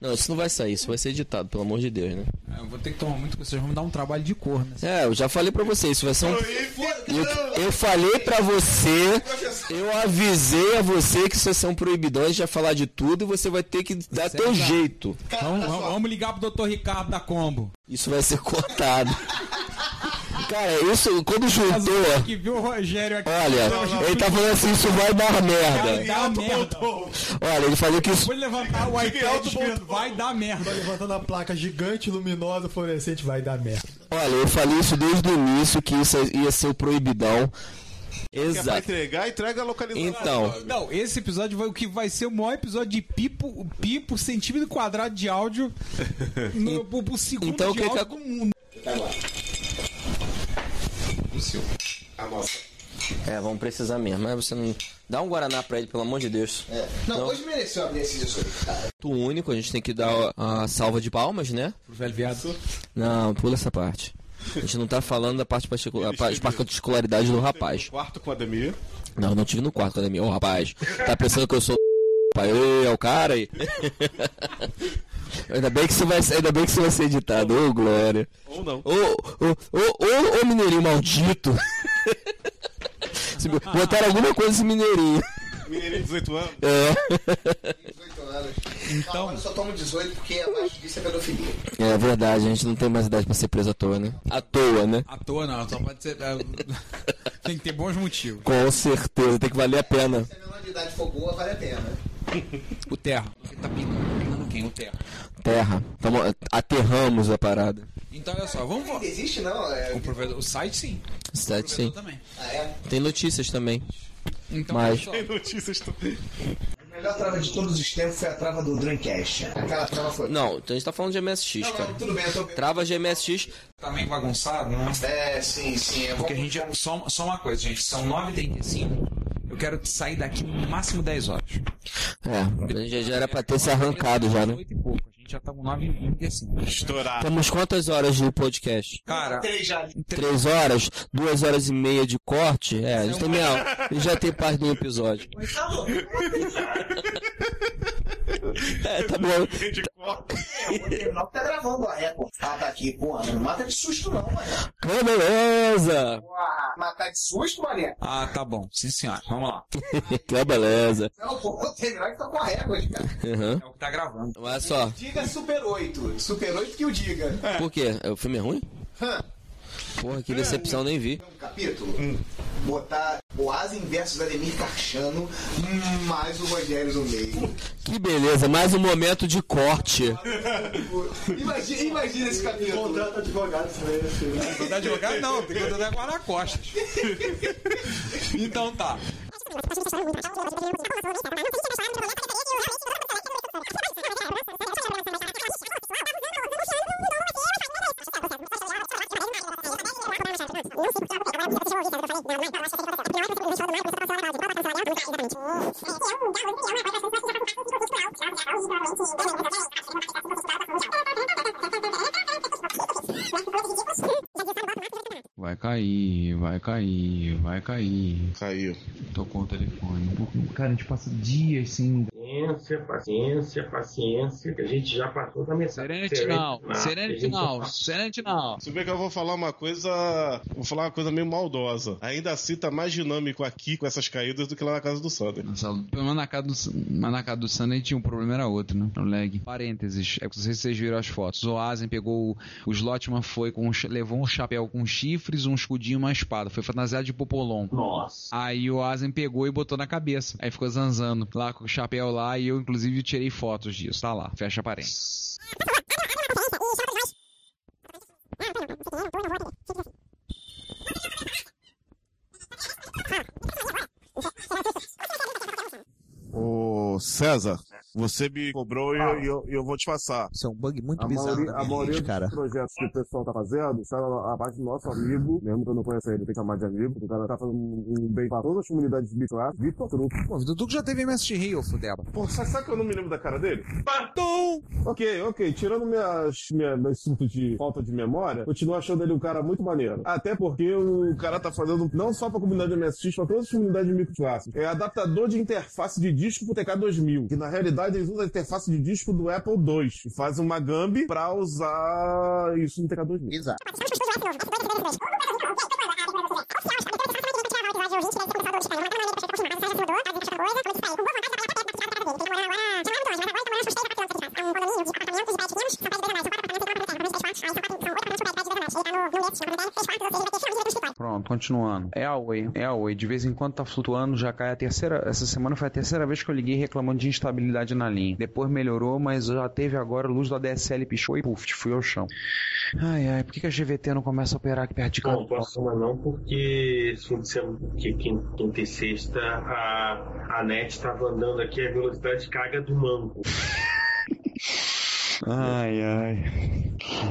[SPEAKER 5] Não, isso não vai sair, isso vai ser editado, pelo amor de Deus, né?
[SPEAKER 3] Eu vou ter que tomar muito, porque vocês vão me dar um trabalho de cor, né?
[SPEAKER 5] É, eu já falei pra você, isso vai ser um. Eu, eu falei pra você, eu avisei a você que isso vai ser um proibidão, a gente vai falar de tudo e você vai ter que dar teu
[SPEAKER 3] tá
[SPEAKER 5] jeito.
[SPEAKER 3] Vamos, vamos- vamos ligar pro Dr. Ricardo da Combo.
[SPEAKER 5] Isso vai ser (laughs) cortado. Cara, isso, quando juntou.
[SPEAKER 3] Que viu o Rogério aqui.
[SPEAKER 5] Tá Olha, ele tá falando assim, isso vai dar
[SPEAKER 3] Vai
[SPEAKER 5] merda.
[SPEAKER 3] dar merda.
[SPEAKER 5] Olha, ele falou que isso.
[SPEAKER 3] Vou levantar o iPad escrito, vai dar merda.
[SPEAKER 1] Tá levantando a placa gigante, luminosa, fluorescente, vai dar merda.
[SPEAKER 5] Olha, eu falei isso desde o início, que isso ia ser o proibidão.
[SPEAKER 7] Que é pra
[SPEAKER 5] Exato.
[SPEAKER 7] entregar, entrega a localização.
[SPEAKER 5] Então.
[SPEAKER 3] Não, esse episódio vai o que vai ser o maior episódio de pipo, pipo centímetro quadrado de áudio no, pro, pro segundo
[SPEAKER 5] Então, o
[SPEAKER 3] de
[SPEAKER 5] que que
[SPEAKER 3] áudio
[SPEAKER 5] ac-
[SPEAKER 3] do mundo.
[SPEAKER 4] O seu. A nossa.
[SPEAKER 5] É, vamos precisar mesmo. Mas você não. Dá um Guaraná pra ele, pelo amor de Deus.
[SPEAKER 4] É. Não, hoje mereceu abrir esse 18, cara.
[SPEAKER 5] Tu único, a gente tem que dar a salva de palmas, né?
[SPEAKER 3] Pro velho viado.
[SPEAKER 5] Não, pula essa parte. A gente não tá falando da parte particular, a parte particularidade do rapaz.
[SPEAKER 7] Quarto com o Ademir.
[SPEAKER 5] Não, não tive no quarto com a Demi. Ô, rapaz, tá pensando que eu sou (laughs) pai? Ê, é o cara aí. (laughs) Ainda bem que isso vai, ser- ainda bem que isso vai ser editado, ô Glória.
[SPEAKER 7] Ou não.
[SPEAKER 5] Ô, ô, ô, ô, ô
[SPEAKER 7] (laughs)
[SPEAKER 5] mineirinho maldito. Se me- Botaram alguma coisa nesse mineirinho.
[SPEAKER 7] Mineirinho, 18 anos.
[SPEAKER 5] É.
[SPEAKER 4] 18 anos. Então. eu só tomo 18 porque abaixo disso é pedofilia.
[SPEAKER 5] É verdade, a gente não tem mais idade pra ser preso à toa, né? À toa, né?
[SPEAKER 3] À toa não, só pode ser. é, (laughs) tem que ter bons motivos.
[SPEAKER 5] Com certeza, tem que valer a pena.
[SPEAKER 4] Se a menor de idade for boa, vale a pena.
[SPEAKER 3] O Terra. Ele tá pintando quem? O Terra.
[SPEAKER 5] Terra. Tamo, aterramos a parada.
[SPEAKER 3] Então olha só, vamos.
[SPEAKER 4] Ainda existe não? É...
[SPEAKER 3] O, provedor- o site sim.
[SPEAKER 5] Cidade sim.
[SPEAKER 3] Também.
[SPEAKER 4] Ah, é?
[SPEAKER 5] Tem notícias também.
[SPEAKER 3] Então,
[SPEAKER 5] Mas.
[SPEAKER 7] notícias também.
[SPEAKER 4] A melhor trava de todos os tempos foi a trava do Dreamcast. Aquela trava foi.
[SPEAKER 5] Não, então a gente tá falando de MSX, cara.
[SPEAKER 4] tudo bem, eu tô
[SPEAKER 5] Trava de MSX.
[SPEAKER 19] Tá meio bagunçado, né?
[SPEAKER 4] É, sim, sim. É
[SPEAKER 19] Porque a gente. Só, só uma coisa, gente. São 9h35. Eu quero sair daqui no máximo 10 horas.
[SPEAKER 5] É, a gente já era pra ter se arrancado já, né?
[SPEAKER 19] Oito e é pouco. A gente já tá com 9h35.
[SPEAKER 7] Estourado.
[SPEAKER 5] Temos quantas horas de podcast?
[SPEAKER 19] Cara.
[SPEAKER 4] Três já.
[SPEAKER 5] Três horas? Duas horas e meia de corte? É, a
[SPEAKER 7] um
[SPEAKER 5] gente tem meia
[SPEAKER 7] (laughs)
[SPEAKER 5] hora. A gente já tem parte do episódio. É, tá bom.
[SPEAKER 4] O terminal que tá gravando a Record. Ah, tá aqui, porra. Não mata de susto, não, mané.
[SPEAKER 5] Que beleza!
[SPEAKER 4] Porra, matar de susto, mané.
[SPEAKER 19] Ah, tá bom. Sim, senhora. Vamos lá.
[SPEAKER 5] Que beleza.
[SPEAKER 4] Não, porra, o terminal que tá com a Record, cara.
[SPEAKER 5] Uhum.
[SPEAKER 19] É o que tá gravando.
[SPEAKER 5] Olha só.
[SPEAKER 4] Diga Super 8. Super 8 que o diga.
[SPEAKER 5] Por quê? O filme é ruim?
[SPEAKER 4] Hã?
[SPEAKER 5] Porra, que decepção, nem vi.
[SPEAKER 4] Capítulo.
[SPEAKER 9] Hum.
[SPEAKER 4] Botar Boazin versus Ademir Carchano, mais o Rogério no
[SPEAKER 9] (laughs)
[SPEAKER 4] meio.
[SPEAKER 5] Que beleza, mais um momento de corte.
[SPEAKER 4] imagina, imagina esse capítulo. Contrata advogado
[SPEAKER 3] Não dá advogado não, tem que
[SPEAKER 19] (laughs)
[SPEAKER 3] contratar guarda-costas. Então tá.
[SPEAKER 21] Vai cair, vai cair, vai cair.
[SPEAKER 7] Caiu.
[SPEAKER 21] Tocou o telefone. Cara, a gente passa dias sem.
[SPEAKER 7] paciência, paciência, paciência, que a gente já passou da mensagem.
[SPEAKER 5] Serenity now, Serenity now,
[SPEAKER 9] Serenity now. Se bem que eu vou falar uma coisa. Vou falar uma coisa meio maldosa. Ainda assim tá mais dinâmico aqui com essas caídas do que lá na casa do Sander.
[SPEAKER 5] Marcelo, pelo menos na casa do, Sun- mas na casa do Sunday tinha um problema, era outro, né? O lag. Parênteses, é que não sei se vocês viram as fotos. O Asen pegou, o Slotman foi com, um ch- levou um chapéu com chifres, um escudinho e uma espada. Foi fantasiado de Popolon.
[SPEAKER 7] Nossa.
[SPEAKER 5] Aí o Asen pegou e botou na cabeça. Aí ficou zanzando lá com o chapéu lá e eu, inclusive, tirei fotos disso. Tá lá, fecha parênteses.
[SPEAKER 9] Ô, César, você me cobrou e eu, e eu, e eu vou te passar.
[SPEAKER 4] Isso é um bug muito
[SPEAKER 9] A
[SPEAKER 4] bizarro. da
[SPEAKER 9] maioria- a
[SPEAKER 4] minha
[SPEAKER 9] maioria
[SPEAKER 4] mente,
[SPEAKER 9] dos
[SPEAKER 4] cara.
[SPEAKER 7] projetos que o pessoal tá fazendo, está na parte do nosso amigo, mesmo que eu não conheça ele, tem que chamar de amigo, o cara tá fazendo um bem pra todas as comunidades de bicicleta, Vitor Truco.
[SPEAKER 3] Pô, Vitor Truco já teve MSX Rio, fudeba.
[SPEAKER 9] Pô, sabe, sabe que eu não me lembro da cara dele?
[SPEAKER 7] Patum! Ok, ok, tirando minhas, minha, meu assunto de falta de memória, continuo achando ele um cara muito maneiro. Até porque o cara tá fazendo não só pra comunidade MSX, pra todas as comunidades de microclasse. É adaptador de interface de disco pro TK2000, que na realidade eles usam a interface de disco do Apple II e fazem uma Gambi pra usar isso no TK2000.
[SPEAKER 4] Exato.
[SPEAKER 5] Pronto, continuando. É a Oi, é a Oi. De vez em quando tá flutuando, já cai a terceira. Essa semana foi a terceira vez que eu liguei reclamando de instabilidade na linha. Depois melhorou, mas já teve agora a luz da DSL pichou e puf, fui ao chão. Ai ai, por que, que a GVT não começa a operar aqui perto de casa?
[SPEAKER 7] Bom, próxima não, porque esse fim de semana, que quin- quinta e sexta, a, a net estava andando aqui a velocidade caga do manco.
[SPEAKER 5] Ai, ai.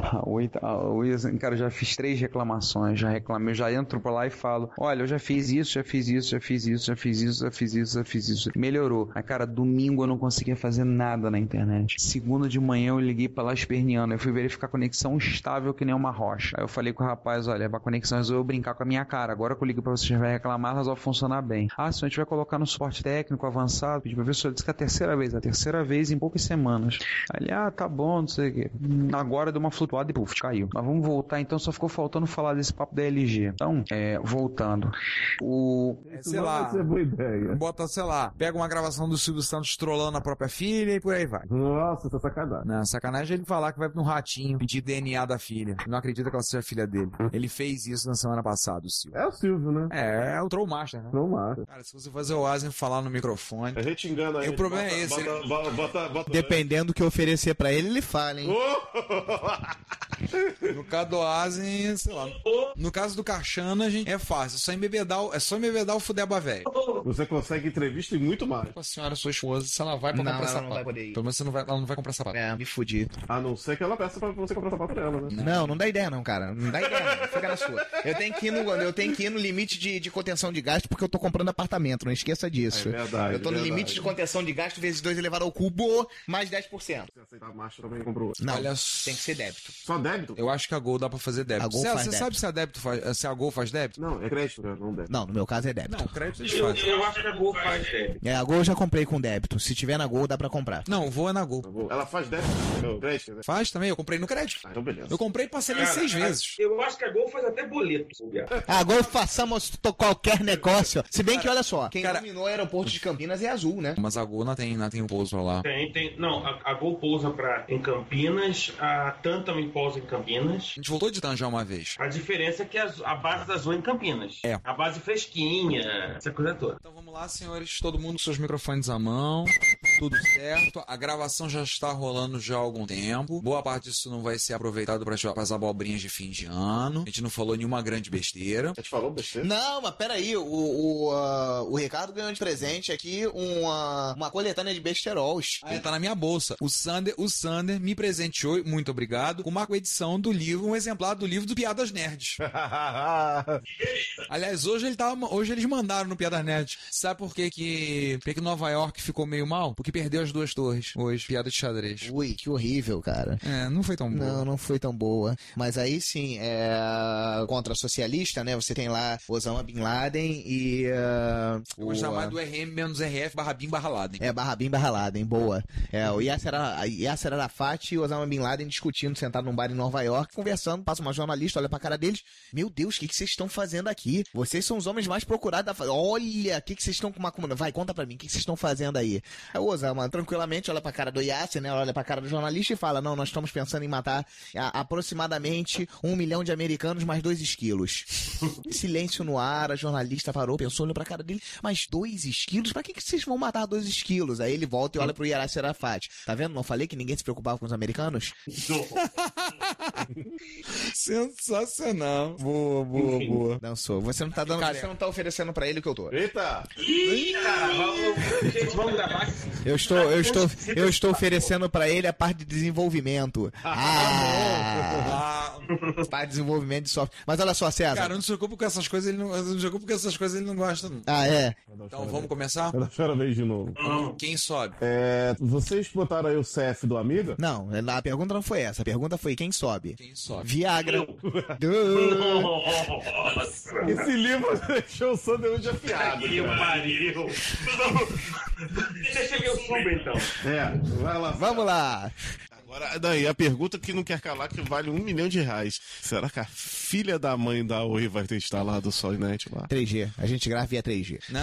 [SPEAKER 5] A Oi, tá- a Oi, assim, cara, eu já fiz três reclamações, já reclamei, eu já entro pra lá e falo, olha, eu já fiz isso, já fiz isso, já fiz isso, já fiz isso, já fiz isso, já fiz isso. Melhorou. Aí, cara, domingo eu não conseguia fazer nada na internet. Segunda de manhã eu liguei pra lá esperneando, eu fui verificar a conexão estável que nem uma rocha. Aí eu falei com o rapaz, olha, a conexão resolveu brincar com a minha cara, agora que eu ligo pra vocês vai reclamar, resolve funcionar bem. Ah, se a gente vai colocar no suporte técnico avançado, pedi pra ver se eu disse que é a terceira vez, a terceira vez em poucas semanas. Aí, ele, ah, tá bom, não sei o quê. Hum, Agora deu uma flutuada e puf, caiu. Mas vamos voltar então, só ficou faltando falar desse papo da LG. Então, é, voltando. O.
[SPEAKER 3] É, sei lá.
[SPEAKER 7] boa ideia.
[SPEAKER 3] Bota, sei lá, pega uma gravação do Silvio Santos trollando a própria filha e por aí vai.
[SPEAKER 7] Nossa, tá sacanagem.
[SPEAKER 3] Não, sacanagem é ele falar que vai pra um ratinho pedir DNA da filha. Não acredita que ela seja filha dele. Ele fez isso na semana passada, o Silvio.
[SPEAKER 7] É o Silvio, né?
[SPEAKER 3] É, é o Trollmaster, né?
[SPEAKER 7] Trollmaster.
[SPEAKER 3] Cara, se você fazer o Asen falar no microfone.
[SPEAKER 9] A gente engana
[SPEAKER 3] aí. E o problema é esse. ele-
[SPEAKER 9] Bota, bota, bota.
[SPEAKER 4] Dependendo do que oferecer pra ele, ele fala, hein?
[SPEAKER 9] Oh! (laughs)
[SPEAKER 3] No caso do Asen, sei lá. No caso do Carchana, gente, é fácil. É só embebedar, o- é só embebedar o fudeba velho.
[SPEAKER 9] Você consegue entrevista e muito mais.
[SPEAKER 3] Tipo A senhora, sua esposa, se ela vai pra
[SPEAKER 9] Não,
[SPEAKER 3] comprar
[SPEAKER 9] ela não
[SPEAKER 3] sapato.
[SPEAKER 9] vai poder ir.
[SPEAKER 3] Pelo menos você não vai, ela não vai comprar sapato.
[SPEAKER 4] É, me fudi.
[SPEAKER 9] A não ser que ela peça pra você comprar sapato pra ela, né?
[SPEAKER 4] Não, não dá ideia não, cara. Não dá ideia, não. Fica na sua. Eu tenho que ir no, eu tenho que ir no limite de, de contenção de gasto porque eu tô comprando apartamento, não esqueça disso.
[SPEAKER 9] É verdade,
[SPEAKER 4] Eu tô
[SPEAKER 9] é
[SPEAKER 4] no
[SPEAKER 9] verdade.
[SPEAKER 4] limite de contenção de gasto vezes 2 elevado ao cubo, mais 10%.
[SPEAKER 9] Se aceitar macho também comprou.
[SPEAKER 4] Não,
[SPEAKER 3] Olha
[SPEAKER 4] tem que ser débito.
[SPEAKER 9] Só débito?
[SPEAKER 3] Eu acho que a Gol dá pra fazer débito.
[SPEAKER 4] A Gol
[SPEAKER 3] Cê-
[SPEAKER 4] faz
[SPEAKER 3] você
[SPEAKER 4] débito.
[SPEAKER 3] sabe se a, débito faz, se a Gol faz débito?
[SPEAKER 9] Não, é crédito, não débito.
[SPEAKER 4] Não, no meu caso é débito.
[SPEAKER 3] Não, crédito eles
[SPEAKER 7] Eu,
[SPEAKER 3] fazem.
[SPEAKER 7] eu acho que a Gol faz, velho.
[SPEAKER 4] É, a Gol eu já comprei com débito. Se tiver na Gol, dá pra comprar.
[SPEAKER 3] Não, o voo é na Gol.
[SPEAKER 9] Ela faz débito, não, crédito, né?
[SPEAKER 3] Faz também, eu comprei no crédito.
[SPEAKER 7] Ah,
[SPEAKER 9] então beleza.
[SPEAKER 3] Eu comprei e parcelei
[SPEAKER 7] Cara,
[SPEAKER 3] seis
[SPEAKER 7] a-
[SPEAKER 3] vezes.
[SPEAKER 7] Eu acho que a Gol faz até boleto. se bobear.
[SPEAKER 4] Agora façamos to- qualquer negócio. Se bem que, olha só, quem
[SPEAKER 3] cara-
[SPEAKER 4] dominou o aeroporto de Campinas é azul, né?
[SPEAKER 3] Mas a Gol não tem, não tem um pouso pra lá.
[SPEAKER 7] Tem, tem. Não, a, a Gol pousa pra, em Campinas, a TAM também pousa em Campinas.
[SPEAKER 3] A gente voltou de Tanjão uma vez.
[SPEAKER 7] A diferença é que a, a base da Zoa é em Campinas.
[SPEAKER 3] É.
[SPEAKER 7] A base fresquinha, essa coisa é toda.
[SPEAKER 3] Então vamos lá, senhores, todo mundo com seus microfones à mão, tudo certo. A gravação já está rolando já há algum tempo. Boa parte disso não vai ser aproveitado para as abobrinhas de fim de ano. A gente não falou nenhuma grande besteira.
[SPEAKER 9] A gente falou besteira?
[SPEAKER 4] Não, mas peraí, o, o, ah, o Ricardo ganhou de presente aqui uma, uma coletânea de
[SPEAKER 9] Ah,
[SPEAKER 4] besterols.
[SPEAKER 9] é?
[SPEAKER 3] Ele tá na minha bolsa. O Sander, o Sander me presenteou, muito obrigado, com uma edição do livro, um exemplar do livro do Piadas Nerds. Aliás, tá, hoje, ele tava, hoje eles mandaram no Piadas Nerds. Sabe por que que, por que que Nova York ficou meio mal? Porque
[SPEAKER 22] que perdeu as duas torres hoje, piada de xadrez.
[SPEAKER 9] Ui, que horrível, cara.
[SPEAKER 22] É, não foi tão boa.
[SPEAKER 9] Não, não foi tão boa. Mas aí sim, é... contra socialista, né? Você tem lá Osama Bin Laden e. é,
[SPEAKER 23] O chamado RM-RF barra BIM barra Laden.
[SPEAKER 9] É, barra Bin barra Laden, boa. É, o Yasser, Ara- Yasser Arafat e Osama Bin Laden discutindo, sentado num bar em Nova York, conversando, passa uma jornalista, olha pra cara deles, meu Deus, o que, que vocês estão fazendo aqui? Vocês são os homens mais procurados da... fa- Olha, o que, que vocês estão com uma comuna? Vai, conta pra mim, o que, que vocês estão fazendo aí? Aí o Osama, tranquilamente, olha pra cara do Yasser, né, olha pra cara do jornalista e fala, não, nós estamos pensando em matar a- aproximadamente um milhão de americanos mais dois esquilos. (laughs) Silêncio no ar, a jornalista parou, pensou, olhou pra cara dele, mas dois esquilos? Pra que, que vocês vão matar dois esquilos? Aí ele volta e olha pro Yara Serafat. Tá vendo? Não falei que ninguém se preocupava com os americanos?
[SPEAKER 22] Sensacional. Boa, boa,
[SPEAKER 7] Uhum.
[SPEAKER 22] boa.
[SPEAKER 9] Não sou. Você não tá dando. Você não tá oferecendo pra ele o que eu tô.
[SPEAKER 24] Eita!
[SPEAKER 1] vamos, gente, vamos gravar.
[SPEAKER 9] Eu estou,
[SPEAKER 3] (laughs)
[SPEAKER 9] eu estou, eu estou oferecendo pra ele a parte
[SPEAKER 3] (laughs)
[SPEAKER 9] de desenvolvimento. Ah! parte de desenvolvimento de software. Mas olha só, César.
[SPEAKER 3] Cara, eu não se preocupo com essas coisas, ele não, eu não se preocupo com essas coisas, ele não gosta. Não.
[SPEAKER 9] Ah, é?
[SPEAKER 3] Então vamos começar?
[SPEAKER 24] Ela chora vez de novo.
[SPEAKER 7] Ah.
[SPEAKER 3] Quem sobe?
[SPEAKER 24] É, vocês botaram aí o CF do Amiga?
[SPEAKER 9] Não, é, a pergunta não foi essa. A pergunta foi quem sobe? Quem
[SPEAKER 3] sobe?
[SPEAKER 9] Viagra.
[SPEAKER 24] Esse
[SPEAKER 7] (laughs)
[SPEAKER 24] livro deixou o Sanderwood afiado.
[SPEAKER 1] Que
[SPEAKER 24] cara.
[SPEAKER 1] pariu. Deixa eu subir então.
[SPEAKER 24] É, vai lá.
[SPEAKER 9] Vamos lá.
[SPEAKER 7] Agora, daí, a pergunta que não quer calar, que vale um milhão de reais. Será que a filha da mãe da Oi vai ter instalado o Solnet lá?
[SPEAKER 9] 3G. A gente grava via 3G.
[SPEAKER 7] Não.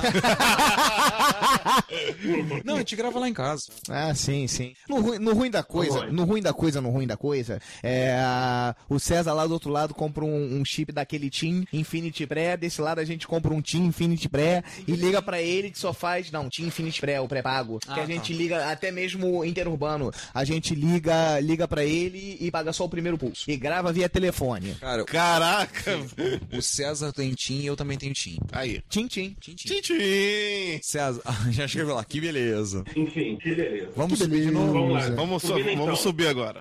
[SPEAKER 3] Não, a gente grava lá em casa.
[SPEAKER 9] Ah, sim, sim. No, ruim- no ruim da coisa, no ruim da coisa, no ruim da coisa, é, a- o César lá do outro lado compra um, um chip daquele Team Infinity Pré, desse lado a gente compra um Team Infinity Pré e liga pra ele que só faz, não, Team Infinity Pré, o pré-pago,
[SPEAKER 25] Ah,
[SPEAKER 9] que a
[SPEAKER 25] tá.
[SPEAKER 9] gente liga até mesmo o interurbano, a gente liga, liga para ele e paga só o primeiro pulso e grava via telefone.
[SPEAKER 3] Cara,
[SPEAKER 9] Caraca.
[SPEAKER 3] O César tem Tim e eu também tenho Tim.
[SPEAKER 7] Aí.
[SPEAKER 9] Tim, tim.
[SPEAKER 3] Tim, tim. César, (laughs) já escreveu lá, que beleza.
[SPEAKER 1] Enfim, que beleza.
[SPEAKER 3] Vamos subir de novo?
[SPEAKER 7] Vamos lá, vamos,
[SPEAKER 1] Subindo,
[SPEAKER 7] subir,
[SPEAKER 1] então.
[SPEAKER 7] vamos subir agora.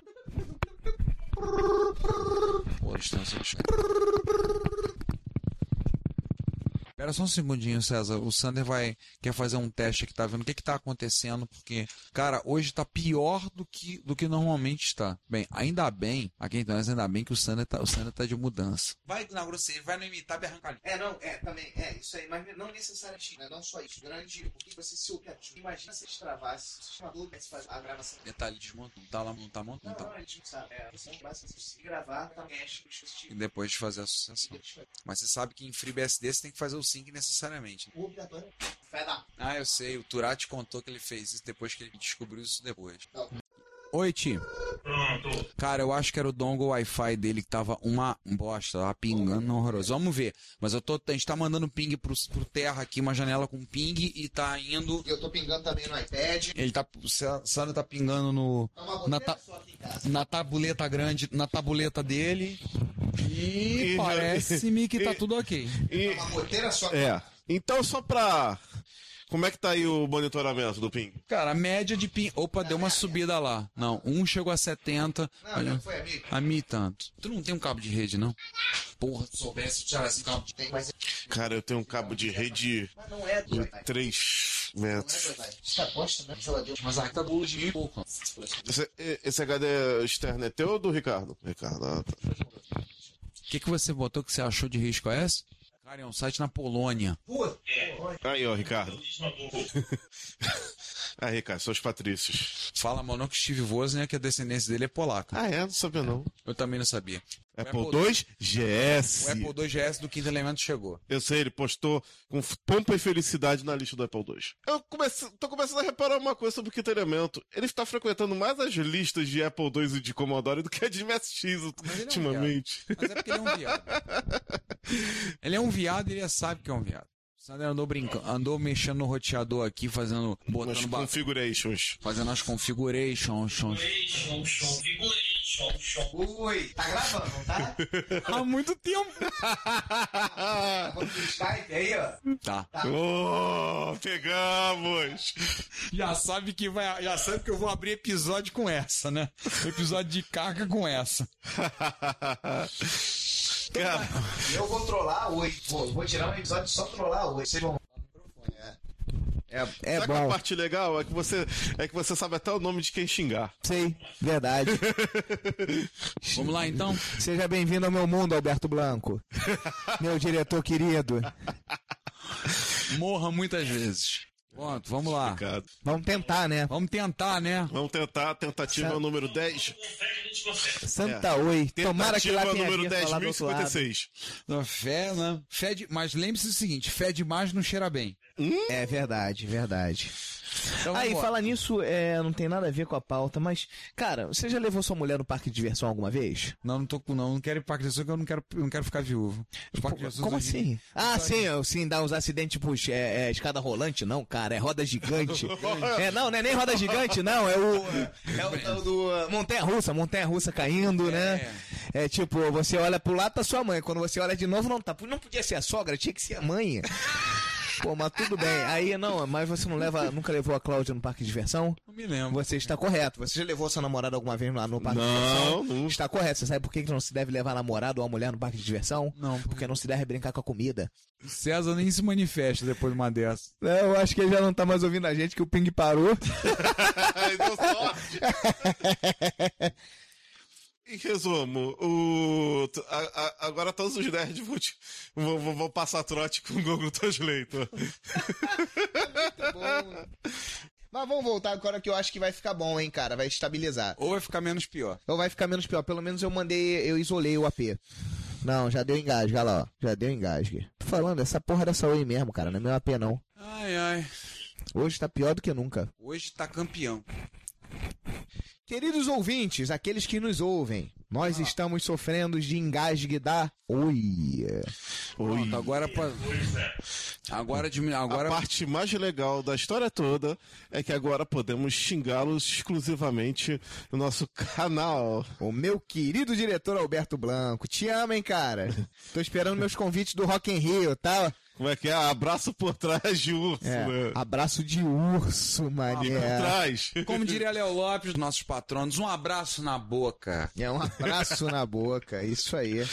[SPEAKER 3] Espera só um segundinho, César. O Sander vai quer fazer um teste aqui, tá vendo o que que tá acontecendo, porque cara, hoje tá pior do que do que normalmente está. Bem, ainda bem, aqui então ainda bem que o Sander tá, o Sander tá de mudança.
[SPEAKER 23] Vai na grosseria, vai no imitar berrancalho.
[SPEAKER 9] É, não, é, também, é, isso aí, mas não necessariamente, né, não só isso, grande, porque você se tipo, imagina se travasse, né, se chamou, a gravação
[SPEAKER 3] Detalhe desmonta, não tá lá, não tá montando, não tá.
[SPEAKER 9] a gente não sabe. É, você não basta se gravar, tá mexe,
[SPEAKER 3] E depois de fazer a associação. Mas você sabe que em FreeBSD você tem que fazer o sync necessariamente. né?
[SPEAKER 9] é um
[SPEAKER 3] Ah, eu sei, o Turati contou que ele fez isso depois que ele descobriu isso depois. Oi, Ti. Cara, eu acho que era o dongle Wi-Fi dele que tava uma bosta, tava pingando horroroso. Vamos ver. Mas eu tô, a gente tá mandando ping pro, pro terra aqui, uma janela com ping e tá indo.
[SPEAKER 9] Eu tô pingando também no iPad.
[SPEAKER 3] Ele tá, o Sa- Sandro tá pingando no na, ta- na tabuleta grande, na tabuleta dele. E,
[SPEAKER 7] E-
[SPEAKER 3] parece-me (laughs) que tá tudo ok.
[SPEAKER 7] E... É. Então, só pra. Como é que tá aí o monitoramento do ping?
[SPEAKER 3] Cara, a média de ping. Opa, deu uma subida lá. Não, um chegou a 70.
[SPEAKER 9] Não, não foi a mil.
[SPEAKER 3] A mil e tanto. Tu não tem um cabo de rede, não? Porra, se soubesse, eu esse cabo de
[SPEAKER 9] Tem, mas
[SPEAKER 7] Cara, eu tenho um cabo de rede
[SPEAKER 9] não é
[SPEAKER 7] de 3 metros.
[SPEAKER 9] Você aposta, né?
[SPEAKER 3] Mas a tá bolo de mil, pô.
[SPEAKER 7] Esse, esse HD externo é teu ou do Ricardo? Ricardo, ah, tá.
[SPEAKER 3] O que, que você botou que você achou de risco OS? Cara, é um site na Polônia.
[SPEAKER 7] Aí, ó, Ricardo. (laughs) Aí, Ricardo, são os patrícios.
[SPEAKER 3] Fala, mano, que Steve Wozniak, a descendência dele é polaca.
[SPEAKER 7] Ah, é? Não sabia, não.
[SPEAKER 3] Eu também não sabia. O
[SPEAKER 7] Apple
[SPEAKER 3] II
[SPEAKER 7] II GS.
[SPEAKER 3] O Apple II GS do quinto elemento chegou.
[SPEAKER 7] Eu sei, ele postou com pompa e felicidade na lista do Apple II. Eu comece... tô começando a reparar uma coisa sobre o quinto elemento. Ele está frequentando mais as listas de Apple II e de Commodore do que a de MSX
[SPEAKER 4] um
[SPEAKER 7] ultimamente.
[SPEAKER 3] Mas é porque ele é um (laughs) viado. Ele é um viado e ele sabe que é um viado. O Sander andou brincando, andou mexendo no roteador aqui, fazendo. botando ba-
[SPEAKER 7] configurations.
[SPEAKER 3] Fazendo as configurations.
[SPEAKER 9] Ui, tá gravando, não tá?
[SPEAKER 3] Há muito tempo.
[SPEAKER 9] tá botando no Skype aí, ó.
[SPEAKER 3] Tá.
[SPEAKER 4] Ah.
[SPEAKER 7] Oh,
[SPEAKER 4] (laughs)
[SPEAKER 7] pegamos!
[SPEAKER 3] Já sabe que vai. Já sabe que eu vou abrir episódio com essa, né? Episódio de carga com essa.
[SPEAKER 9] Eu vou trollar hoje. Vou, vou tirar um episódio só trollar hoje. Vocês vão. É.
[SPEAKER 4] É, é
[SPEAKER 7] Sabe
[SPEAKER 4] bom.
[SPEAKER 7] a parte legal? É que, você, é que você sabe até o nome de quem xingar.
[SPEAKER 4] Sei,
[SPEAKER 9] (laughs)
[SPEAKER 4] verdade.
[SPEAKER 7] Vamos lá, então?
[SPEAKER 4] Seja bem-vindo ao meu mundo, Alberto Blanco. meu diretor querido.
[SPEAKER 3] Morra muitas vezes. Pronto, vamos
[SPEAKER 4] Ah.
[SPEAKER 3] lá.
[SPEAKER 4] Vamos tentar, né?
[SPEAKER 3] Vamos tentar, né?
[SPEAKER 7] Vamos tentar, tentativa
[SPEAKER 3] Sa-
[SPEAKER 7] número 10.
[SPEAKER 4] Santa Oi, tomara que lá tenha
[SPEAKER 7] É. Tentativa número
[SPEAKER 4] alguém pra falar do outro lado.
[SPEAKER 7] 10.056.
[SPEAKER 3] Não, Fé, né? Fé de- Mas lembre-se do seguinte: fé demais não cheira bem. Então,
[SPEAKER 9] É verdade, verdade. Aí,
[SPEAKER 3] vambora.
[SPEAKER 9] fala nisso, é, não tem nada a ver com a pauta, mas, cara, você já levou sua mulher no parque de diversão alguma vez?
[SPEAKER 3] Não, não tô com. Não, não quero ir pro Parque de Jesus, que eu não quero, eu não quero ficar viúvo. Os Parques de é Jesus
[SPEAKER 9] Como
[SPEAKER 3] hoje-
[SPEAKER 9] assim? Ah, sim, eu- sim, dá uns acidentes, tipo, é, é escada rolante, não, cara, é roda
[SPEAKER 3] (laughs)
[SPEAKER 9] gigante. é, não, não é nem roda gigante, não, é o. É o tal do. uh, Montanha russa, montanha russa caindo, né? É tipo, você olha pro lado, tá sua mãe, quando você olha de novo, não tá. Não podia ser a sogra, tinha que ser a
[SPEAKER 3] (laughs)
[SPEAKER 9] mãe. Pô, mas tudo bem. Aí, não, mas você não leva, nunca levou a Cláudia no parque de diversão? Não
[SPEAKER 3] me lembro.
[SPEAKER 9] Você está correto. Você já levou sua namorada alguma vez lá no parque de
[SPEAKER 7] Não,
[SPEAKER 9] diversão? Não. Está correto. Você sabe por que que não se deve levar namorado ou a mulher no parque de diversão?
[SPEAKER 3] Não.
[SPEAKER 9] Porque não se deve brincar com a comida.
[SPEAKER 3] César nem se manifesta depois de uma dessa.
[SPEAKER 9] Eu acho que ele já não tá mais ouvindo a gente, que o ping parou. (laughs)
[SPEAKER 7] (laughs) Em resumo, o... a- a- agora todos os nerds vão, te- vão- vão- vão passar trote com o Google Translator.
[SPEAKER 4] Mas vamos voltar agora que eu acho que vai ficar bom, hein, cara. Vai estabilizar.
[SPEAKER 3] Ou vai ficar menos pior.
[SPEAKER 4] Ou vai ficar menos pior. Pelo menos eu mandei, eu isolei.
[SPEAKER 9] Leio o AP. Não, já deu engasgue, olha lá, ó. Já deu engasgue. Tô falando, essa porra dessa Oi mesmo, cara. Não é meu AP, não.
[SPEAKER 3] Ai, ai.
[SPEAKER 9] Hoje tá pior do que nunca.
[SPEAKER 3] Hoje tá campeão.
[SPEAKER 9] Queridos ouvintes, aqueles que nos ouvem, nós estamos sofrendo de engasgue da Oi.
[SPEAKER 3] Pronto, agora pra... Agora diminui. Agora...
[SPEAKER 7] A parte mais legal da história toda é que agora podemos xingá-los exclusivamente no nosso canal.
[SPEAKER 9] O meu querido diretor Alberto Blanco, te amo, hein, cara. Tô esperando meus convites do Rock in Rio, tá? É.
[SPEAKER 7] Como é que é? Abraço por trás de urso, né?
[SPEAKER 9] Abraço de urso,
[SPEAKER 7] Ah,
[SPEAKER 9] mané.
[SPEAKER 3] Como diria Léo Lopes, nossos patronos, um abraço na boca.
[SPEAKER 9] É um abraço na boca, isso aí.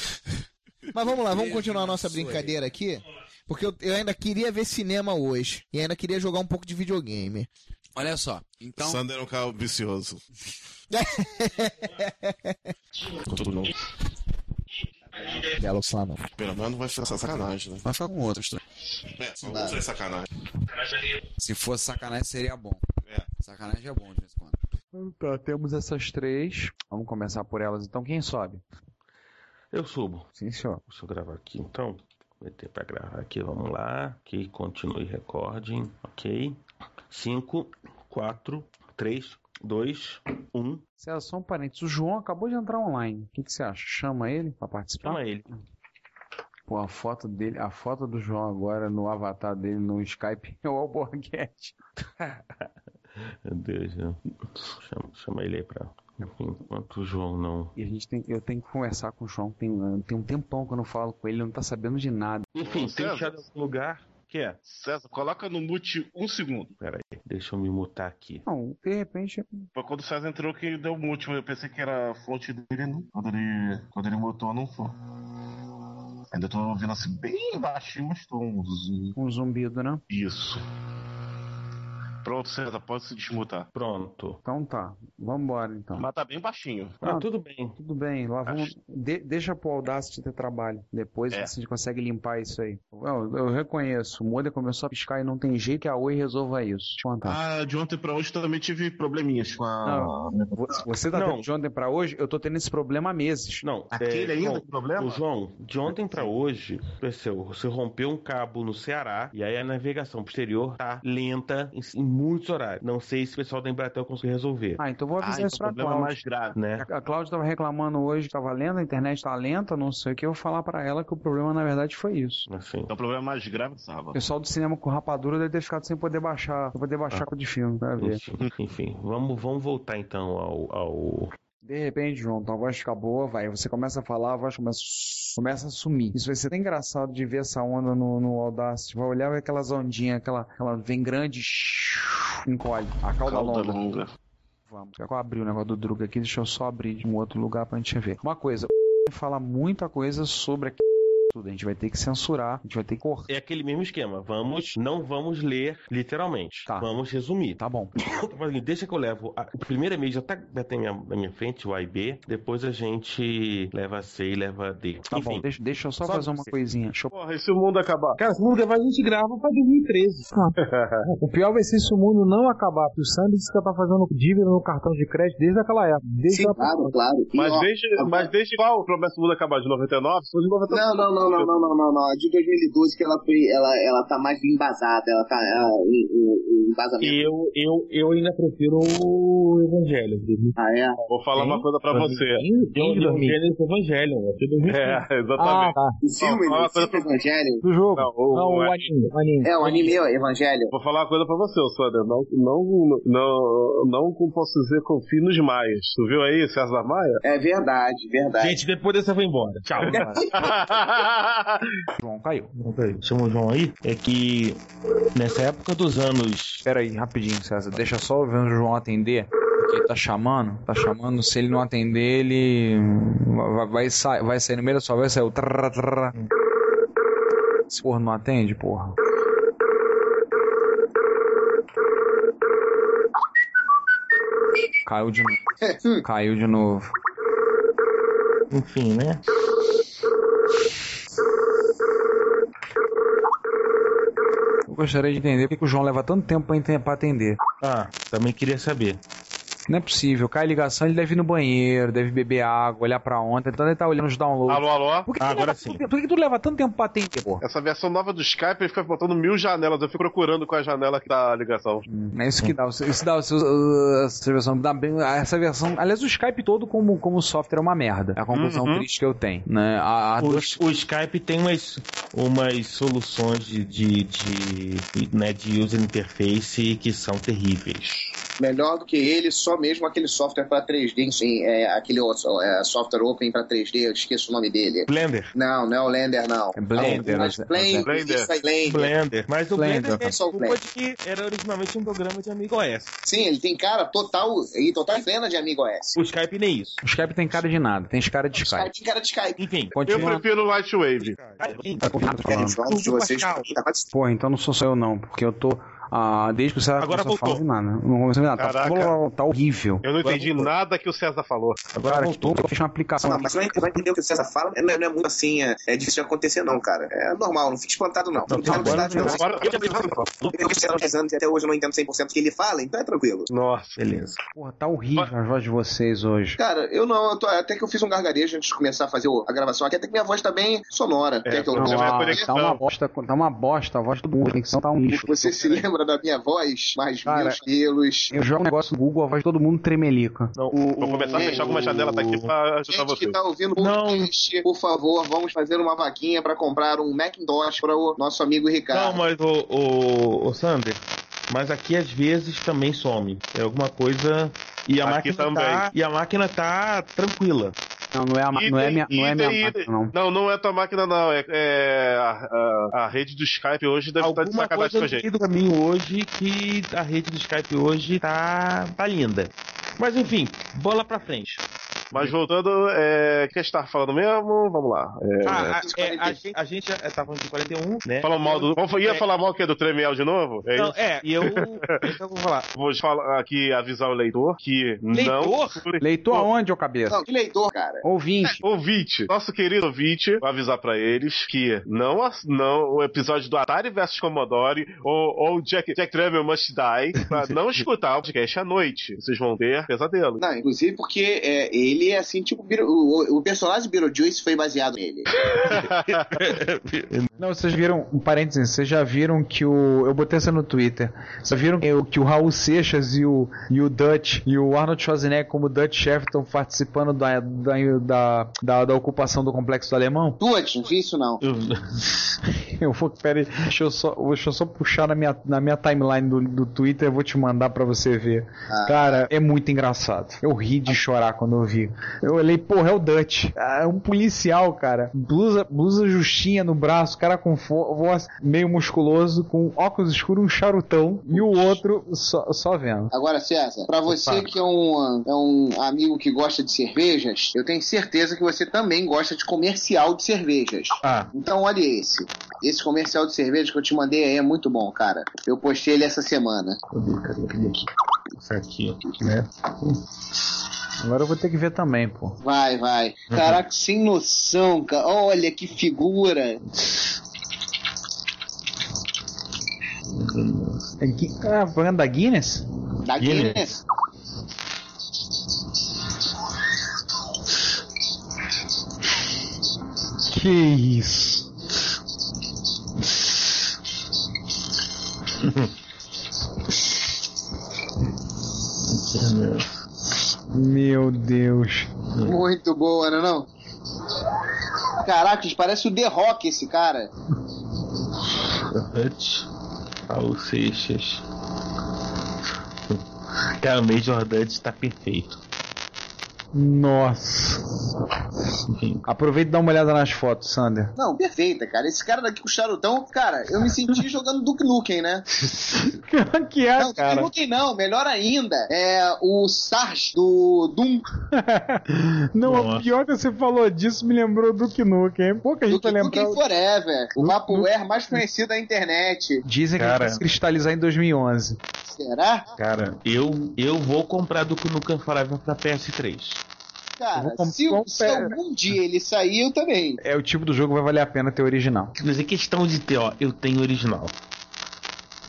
[SPEAKER 9] Mas vamos lá, vamos
[SPEAKER 3] Beijo
[SPEAKER 9] continuar a
[SPEAKER 3] na
[SPEAKER 9] nossa
[SPEAKER 3] sua
[SPEAKER 9] brincadeira aqui. Porque eu, eu ainda queria ver cinema hoje. E ainda queria jogar um pouco de videogame.
[SPEAKER 3] Olha só, então.
[SPEAKER 7] Sander é um carro vicioso.
[SPEAKER 9] Belo Flamengo.
[SPEAKER 7] Pelo menos não vai ficar sacanagem, né?
[SPEAKER 3] Vai ficar com outro estranho.
[SPEAKER 7] É, só não é sacanagem.
[SPEAKER 3] Se fosse sacanagem, seria bom. Sacanagem é bom de vez em quando.
[SPEAKER 22] Tá, temos essas três. Vamos começar por elas então. Quem sobe?
[SPEAKER 8] Eu subo.
[SPEAKER 22] Sim, senhor.
[SPEAKER 8] Deixa eu gravar aqui então. Vou meter pra gravar aqui, vamos lá. Que continue recording, ok? 5, 4, 3, 2, 1.
[SPEAKER 22] César, só um parênteses. O João acabou de entrar online. O que, que você acha? Chama ele pra participar?
[SPEAKER 8] Chama ele.
[SPEAKER 22] Pô, a foto dele, a foto do João agora no avatar dele no Skype é o Alborguete.
[SPEAKER 8] (laughs) Meu Deus, eu- chama, chama ele aí pra. Enfim, enquanto o João não.
[SPEAKER 22] E a gente tem, eu tenho que conversar com o João. Tem, tem um tempão que eu não falo com ele, ele não tá sabendo de nada.
[SPEAKER 8] Enfim, tem que achar algum lugar. Que é?
[SPEAKER 24] César, coloca no mute um segundo.
[SPEAKER 8] Pera aí, deixa eu me mutar aqui.
[SPEAKER 22] Não, de repente.
[SPEAKER 24] Foi quando o César entrou que deu mute, mas eu pensei que era float dele, não. Quando ele, quando ele botou, não foi. Ainda tô ouvindo assim bem baixinho, mas tô um zoom.
[SPEAKER 22] Um zumbido, né?
[SPEAKER 24] Isso. Pronto, César, pode se desmutar.
[SPEAKER 8] Pronto.
[SPEAKER 22] Então tá, vambora então.
[SPEAKER 24] Mas tá bem baixinho.
[SPEAKER 22] Não, bem. Tudo bem, lá vamos. De, deixa pro Audacity ter trabalho. Depois a gente consegue limpar isso aí. Eu, eu reconheço, o modem começou a piscar e não tem jeito que a Oi resolva isso. Deixa eu contar.
[SPEAKER 24] Ah, de ontem pra hoje também tive probleminhas com a.
[SPEAKER 22] Não, vo- você tá tendo de ontem pra hoje, eu tô tendo esse problema há meses.
[SPEAKER 8] Não,
[SPEAKER 24] Aquele ainda
[SPEAKER 8] João,
[SPEAKER 24] que problema?
[SPEAKER 8] Ô, É, João, de ontem pra hoje, Perseu, você rompeu um cabo no Ceará e aí a navegação posterior tá lenta em, em muitos horários. Não sei se o pessoal da Embratel conseguiu resolver.
[SPEAKER 22] Ah, então vou avisar
[SPEAKER 8] então
[SPEAKER 22] isso pra
[SPEAKER 8] o problema é
[SPEAKER 22] Cláudia.
[SPEAKER 8] mais grave, né?
[SPEAKER 22] A Cláudia tava reclamando hoje, tava lendo, a internet tá lenta, não sei o que. Eu vou falar pra ela que o problema na verdade foi isso.
[SPEAKER 8] Assim,
[SPEAKER 24] É o problema mais grave,
[SPEAKER 22] O
[SPEAKER 24] sábado.
[SPEAKER 22] pessoal do cinema com rapadura deve ter ficado sem poder baixar, sem poder baixar com o de filme, né, pra ver.
[SPEAKER 8] Enfim, enfim, vamos, vamos voltar então ao. ao...
[SPEAKER 22] De repente, João, tua voz fica boa, vai. Você começa a falar, a voz começa, começa a sumir. Isso vai ser tão engraçado de ver essa onda no, no Audacity. Vai olhar vai aquelas ondinhas, aquela, aquela vem grande, encolhe. A cauda, longa. Vamos. Eu abri o negócio do Druga aqui, deixa eu só abrir de um outro lugar pra gente ver. Uma coisa, o fala muita coisa sobre a
[SPEAKER 3] tudo. A gente vai ter que censurar, a gente vai ter que cortar.
[SPEAKER 8] É aquele mesmo esquema. Vamos, não vamos ler literalmente. Vamos resumir.
[SPEAKER 3] Tá
[SPEAKER 8] Então, (coughs)
[SPEAKER 3] bom.
[SPEAKER 8] Deixa que eu levo. A, o primeiro e-mail já tá já tem minha- na minha frente, o A e B. Depois a gente leva C e leva D.
[SPEAKER 3] Tá bom, deixa, deixa eu só, fazer uma coisinha. Deixa eu-
[SPEAKER 7] Porra, e se o mundo acabar? Cara, se o mundo acabar, a gente grava pra 2013.
[SPEAKER 26] O pior vai ser se o mundo não acabar, porque o Sandy disse que ela tá fazendo dívida no cartão de crédito desde aquela época. Desde
[SPEAKER 7] Sim,
[SPEAKER 26] lá-
[SPEAKER 7] claro,
[SPEAKER 5] claro.
[SPEAKER 7] Mas
[SPEAKER 5] E, ó,
[SPEAKER 7] desde,
[SPEAKER 5] agora-
[SPEAKER 7] mas desde qual o promessa do mundo acabar? De 99? Se fosse de 99.
[SPEAKER 5] Não, não, não, não, não, não, não, não. A de 2012 que ela foi, ela, ela tá mais embasada, ela tá ela, em, em- em embasamento.
[SPEAKER 27] Eu, eu, eu ainda prefiro o Evangelho.
[SPEAKER 5] Ah, é?
[SPEAKER 7] Vou falar uma coisa pra você.
[SPEAKER 27] Eu, eu, eu, eu, Evangelho,
[SPEAKER 7] É, (laughs)
[SPEAKER 26] Ah,
[SPEAKER 7] exatamente.
[SPEAKER 26] tá.
[SPEAKER 5] O filme,
[SPEAKER 7] Fala
[SPEAKER 5] o
[SPEAKER 7] uma coisa
[SPEAKER 5] filme Evangelho.
[SPEAKER 26] Do jogo.
[SPEAKER 7] Não, o,
[SPEAKER 26] Não, o anime, o anime.
[SPEAKER 5] É, o anime, o Evangelho.
[SPEAKER 7] Vou falar uma coisa pra você, ô Sander. Não, não, não, não, como posso dizer, confie nos maias. Tu viu aí, César Maia?
[SPEAKER 5] É verdade, verdade.
[SPEAKER 27] Gente, depois dessa eu vou embora.
[SPEAKER 8] (laughs)
[SPEAKER 27] Tchau.
[SPEAKER 8] João caiu. Chama o João aí. É que nessa época dos anos.
[SPEAKER 3] Pera aí, rapidinho, César. Deixa só o João atender. Porque ele tá chamando. Tá chamando. Se ele não atender, ele. Vai, vai, sair, vai sair no meio da sua vai sair o. trrr, trrr. Esse porra não atende, porra. Caiu de novo. Caiu de novo.
[SPEAKER 8] Enfim, né?
[SPEAKER 3] Eu gostaria de entender por que que o João leva tanto tempo pra ente- pra atender.
[SPEAKER 8] Ah, também queria saber.
[SPEAKER 3] Não é possível, cai a ligação, ele deve ir no banheiro, deve beber água, olhar pra ontem, então ele tá olhando os downloads.
[SPEAKER 7] (laughs) Alô, alô?
[SPEAKER 3] Por que, tu, leva tanto tempo- por que tu leva tanto tempo pra atender, porra?
[SPEAKER 7] Essa versão nova do Skype, ele fica botando mil janelas. Eu fico procurando com a janela que dá a ligação.
[SPEAKER 3] É isso que dá. Isso dá isso- uh, essa versão. dá bem- Essa versão. Aliás, o Skype todo como, como software é uma merda. É a conclusão
[SPEAKER 8] Uhum.
[SPEAKER 3] triste que eu tenho. Né? A, a
[SPEAKER 8] O,
[SPEAKER 3] dois-
[SPEAKER 8] o Skype tem umas, umas soluções de, de, de, né, de user interface que são terríveis.
[SPEAKER 5] Melhor do que ele, só mesmo aquele software pra 3D, sim, é, aquele outro, é, software open pra 3D, eu esqueço o nome dele.
[SPEAKER 8] Blender.
[SPEAKER 5] Não, não é o Blender, não.
[SPEAKER 8] Blender,
[SPEAKER 5] Não,
[SPEAKER 22] né?
[SPEAKER 5] mas
[SPEAKER 8] mas-
[SPEAKER 5] Blender.
[SPEAKER 8] Blender.
[SPEAKER 5] isso aí, é Blender.
[SPEAKER 8] Blender. Mas o Blender,
[SPEAKER 5] é
[SPEAKER 8] tem
[SPEAKER 5] só o
[SPEAKER 8] desculpa de que era originalmente um programa de amigo OS.
[SPEAKER 5] Sim, ele tem cara total e total plena de amigo OS.
[SPEAKER 8] O Skype nem isso.
[SPEAKER 3] O Skype tem cara de nada, tem cara de Skype.
[SPEAKER 5] Tem cara de Skype.
[SPEAKER 8] Enfim,
[SPEAKER 3] Continua.
[SPEAKER 7] Eu prefiro o Lightwave. Uhum.
[SPEAKER 5] então, tá
[SPEAKER 3] Porra, então não sou só eu não, porque eu tô. ah, desde que o César
[SPEAKER 7] Agora
[SPEAKER 3] começou a falar,
[SPEAKER 7] voltou.
[SPEAKER 3] não vi nada. Não comecei a ver nada. Tá,
[SPEAKER 7] Caraca.
[SPEAKER 3] tá horrível.
[SPEAKER 7] Eu não entendi nada que o César falou.
[SPEAKER 3] Agora Cara, voltou. Vou fechar uma aplicação.
[SPEAKER 5] Não, mas você vai entender o que o César fala, não é, não é muito assim, é, é difícil de acontecer não, cara. É normal, não fique espantado não. Não,
[SPEAKER 7] Então, tá, agora- agora- (laughs)
[SPEAKER 5] Eu que o César até hoje eu não entendo 100% o que ele fala, então é tranquilo.
[SPEAKER 7] Nossa.
[SPEAKER 8] Beleza.
[SPEAKER 3] Porra, tá horrível a voz de vocês hoje.
[SPEAKER 5] Cara, eu não, eu tô- até que eu fiz um gargarejo antes de começar a fazer o- a gravação aqui, até que minha voz tá bem
[SPEAKER 7] É,
[SPEAKER 5] sonora. Quer que eu-
[SPEAKER 3] Não, ah, tá uma bosta, tá uma bosta, a voz do mundo, a conexão tá um lixo.
[SPEAKER 5] Você se lembra da minha voz? Mais
[SPEAKER 3] Cara,
[SPEAKER 5] meus quilos.
[SPEAKER 3] Eu jogo um negócio no Google, a voz de todo mundo tremelica.
[SPEAKER 7] Vou começar a fechar alguma janela daqui pra ajudar
[SPEAKER 5] Gente que
[SPEAKER 7] vocês.
[SPEAKER 5] tá ouvindo o podcast, por favor, vamos fazer uma vaquinha pra comprar um Macintosh para o nosso amigo Ricardo.
[SPEAKER 8] Não, mas o, o, o Sander, mas aqui às vezes também some. É alguma coisa. E a
[SPEAKER 7] Aqui
[SPEAKER 8] máquina tá.
[SPEAKER 7] também.
[SPEAKER 8] E a máquina tá tranquila.
[SPEAKER 3] Não, não é a
[SPEAKER 7] E tem- e tem- Não, não é tua máquina, não. É, é a, a- a rede do Skype hoje deve estar tá de
[SPEAKER 8] Uma
[SPEAKER 7] sacanagem
[SPEAKER 8] coisa
[SPEAKER 7] com a
[SPEAKER 8] no
[SPEAKER 7] gente.
[SPEAKER 8] meio do caminho hoje que a rede do Skype hoje tá, tá linda. Mas enfim, bola pra frente.
[SPEAKER 7] Mas voltando, é, o que a gente tava falando mesmo? Vamos lá. É,
[SPEAKER 8] Ah, a, é, a gente, a gente é, tá falando de 41, né?
[SPEAKER 7] Falou mal do. Vamos, ia
[SPEAKER 8] É,
[SPEAKER 7] falar mal o quê? Do Tremiel de novo? É
[SPEAKER 8] Não,
[SPEAKER 7] isso?
[SPEAKER 8] é,
[SPEAKER 7] (laughs)
[SPEAKER 8] e eu. Então eu vou falar.
[SPEAKER 7] Vou falar aqui, avisar o leitor que
[SPEAKER 3] Leitor?
[SPEAKER 7] não.
[SPEAKER 3] Leitor aonde, ô cabeça?
[SPEAKER 5] Não, que leitor, cara?
[SPEAKER 3] Ouvinte.
[SPEAKER 7] Ouvinte. Nosso querido ouvinte, vou avisar pra eles que não, ass- não o episódio do Atari versus Commodore ou, ou Jack, Jack Tramiel Must Die,
[SPEAKER 8] (laughs)
[SPEAKER 7] pra não escutar o podcast à noite. Vocês vão ter pesadelo.
[SPEAKER 5] Não, inclusive porque é, ele é assim, tipo, Beetleju- o, o personagem Beetlejuice foi baseado nele.
[SPEAKER 3] Não, vocês viram, um parênteses, vocês já viram que o. Eu botei essa no Twitter. Vocês viram que o, que o Raul Seixas e o, e o Dutch e o Arnold Schwarzenegger como Dutch Chef estão participando da, da, da, da, da ocupação do complexo do alemão?
[SPEAKER 5] Duas, não vi isso não.
[SPEAKER 3] Eu vou, pera aí, deixa eu só, deixa eu só puxar na minha, na minha timeline do, do Twitter, eu vou te mandar pra você ver. Cara, é muito engraçado. Eu ri de chorar quando eu vi,
[SPEAKER 9] Dutch. Eu olhei, porra, é o Dutch. Ah, É um policial, cara. Blusa, blusa justinha no braço, cara com fo- voz meio musculoso, com óculos escuros, um charutão. E o outro só, só vendo.
[SPEAKER 5] Agora, César, pra você
[SPEAKER 9] Fala.
[SPEAKER 5] que é um, é um amigo que gosta de cervejas, eu tenho certeza que você também gosta de comercial de cervejas.
[SPEAKER 9] Ah.
[SPEAKER 5] Então, olha esse. Esse comercial de cerveja que eu te mandei aí é muito bom, cara. Eu postei ele essa semana.
[SPEAKER 8] Cadê, cadê, cadê aqui? Isso aqui, né?
[SPEAKER 9] Hum. Agora eu vou ter que ver também, pô. Uhum.
[SPEAKER 5] Vai, vai. Caraca, sem noção, cara. Olha que figura.
[SPEAKER 9] É Gui- Ah, falando da Guinness?
[SPEAKER 5] Da Guinness.
[SPEAKER 9] Que isso? Meu Deus.
[SPEAKER 5] Muito boa, não é não? Caraca, parece o The Rock esse cara.
[SPEAKER 8] Dutch, Paulo Seixas. Cara, o Major Dutch tá perfeito.
[SPEAKER 9] Nossa. Aproveita e dá uma olhada nas fotos, Sander.
[SPEAKER 5] Não, perfeita, cara. Esse cara daqui com o charutão, cara, eu me
[SPEAKER 9] (laughs)
[SPEAKER 5] senti jogando Duke Nukem, né?
[SPEAKER 9] que é,
[SPEAKER 5] não,
[SPEAKER 9] cara?
[SPEAKER 5] Duke Nukem não, melhor ainda. É o Sarge do Doom.
[SPEAKER 9] Não,
[SPEAKER 8] é
[SPEAKER 9] o pior que você falou disso me lembrou do Nukem. hein? Pouca gente vai lembrar.
[SPEAKER 5] Nukem Forever, o Vaporware mais conhecido da internet.
[SPEAKER 9] Dizem que ele
[SPEAKER 8] Cara.
[SPEAKER 9] vai se cristalizar em 2011.
[SPEAKER 5] Será?
[SPEAKER 8] Cara, eu, eu vou comprar do Kunukan Forever pra PS3.
[SPEAKER 5] Cara, se,
[SPEAKER 9] um
[SPEAKER 5] o- se algum dia ele sair, eu também.
[SPEAKER 9] É o tipo do jogo que vai valer a pena ter o original.
[SPEAKER 8] Mas é questão de ter, ó, eu tenho original.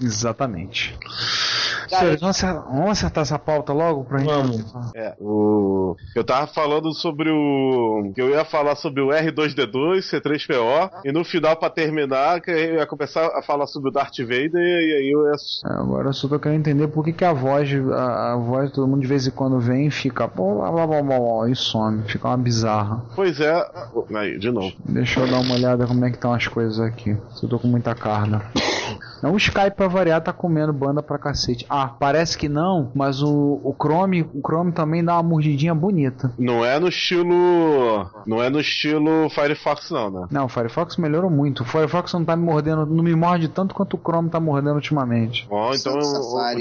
[SPEAKER 9] Exatamente. Senhores, vamos acertar, vamos acertar essa pauta logo pra gente.
[SPEAKER 7] É, o... Eu tava falando sobre o. que eu ia falar sobre o R2D2, C3PO,
[SPEAKER 9] Ah.
[SPEAKER 7] e no final, pra terminar, que eu ia começar a falar sobre o Darth Vader, e aí eu ia.
[SPEAKER 9] Ah, Agora eu só tô querendo entender por que, que a voz, a, a voz de todo mundo de vez em quando vem e fica pô, blá, blá, blá, blá, blá, e some, fica uma bizarra.
[SPEAKER 7] Pois é. Aí, de novo.
[SPEAKER 9] Deixa eu dar uma olhada como é que estão as coisas aqui. se Eu tô com muita carga. É um Skype pra variar, tá comendo banda pra cacete. Ah, parece que não, mas o, o Chrome, o Chrome também dá uma mordidinha bonita.
[SPEAKER 7] Não é no estilo. Não é no estilo Firefox, não, né?
[SPEAKER 9] Não, o Firefox melhorou muito. O Firefox não tá me mordendo, não me morde tanto quanto o Chrome tá mordendo ultimamente.
[SPEAKER 7] Bom, então,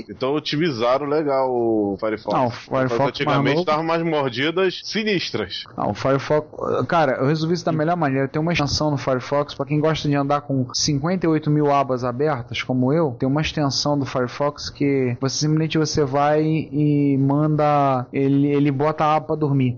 [SPEAKER 7] então otimizaram legal o Firefox.
[SPEAKER 9] Não, o Firefox
[SPEAKER 7] Mas antigamente
[SPEAKER 9] maluco.
[SPEAKER 7] estavam mais mordidas sinistras.
[SPEAKER 9] Ah, o Firefox. Cara, eu resolvi isso da melhor maneira. Tem uma extensão no Firefox, pra quem gosta de andar com 58 mil abas abertas, como eu, tem uma extensão do Firefox que você simplesmente você vai e manda. Ele, ele bota a aba pra dormir.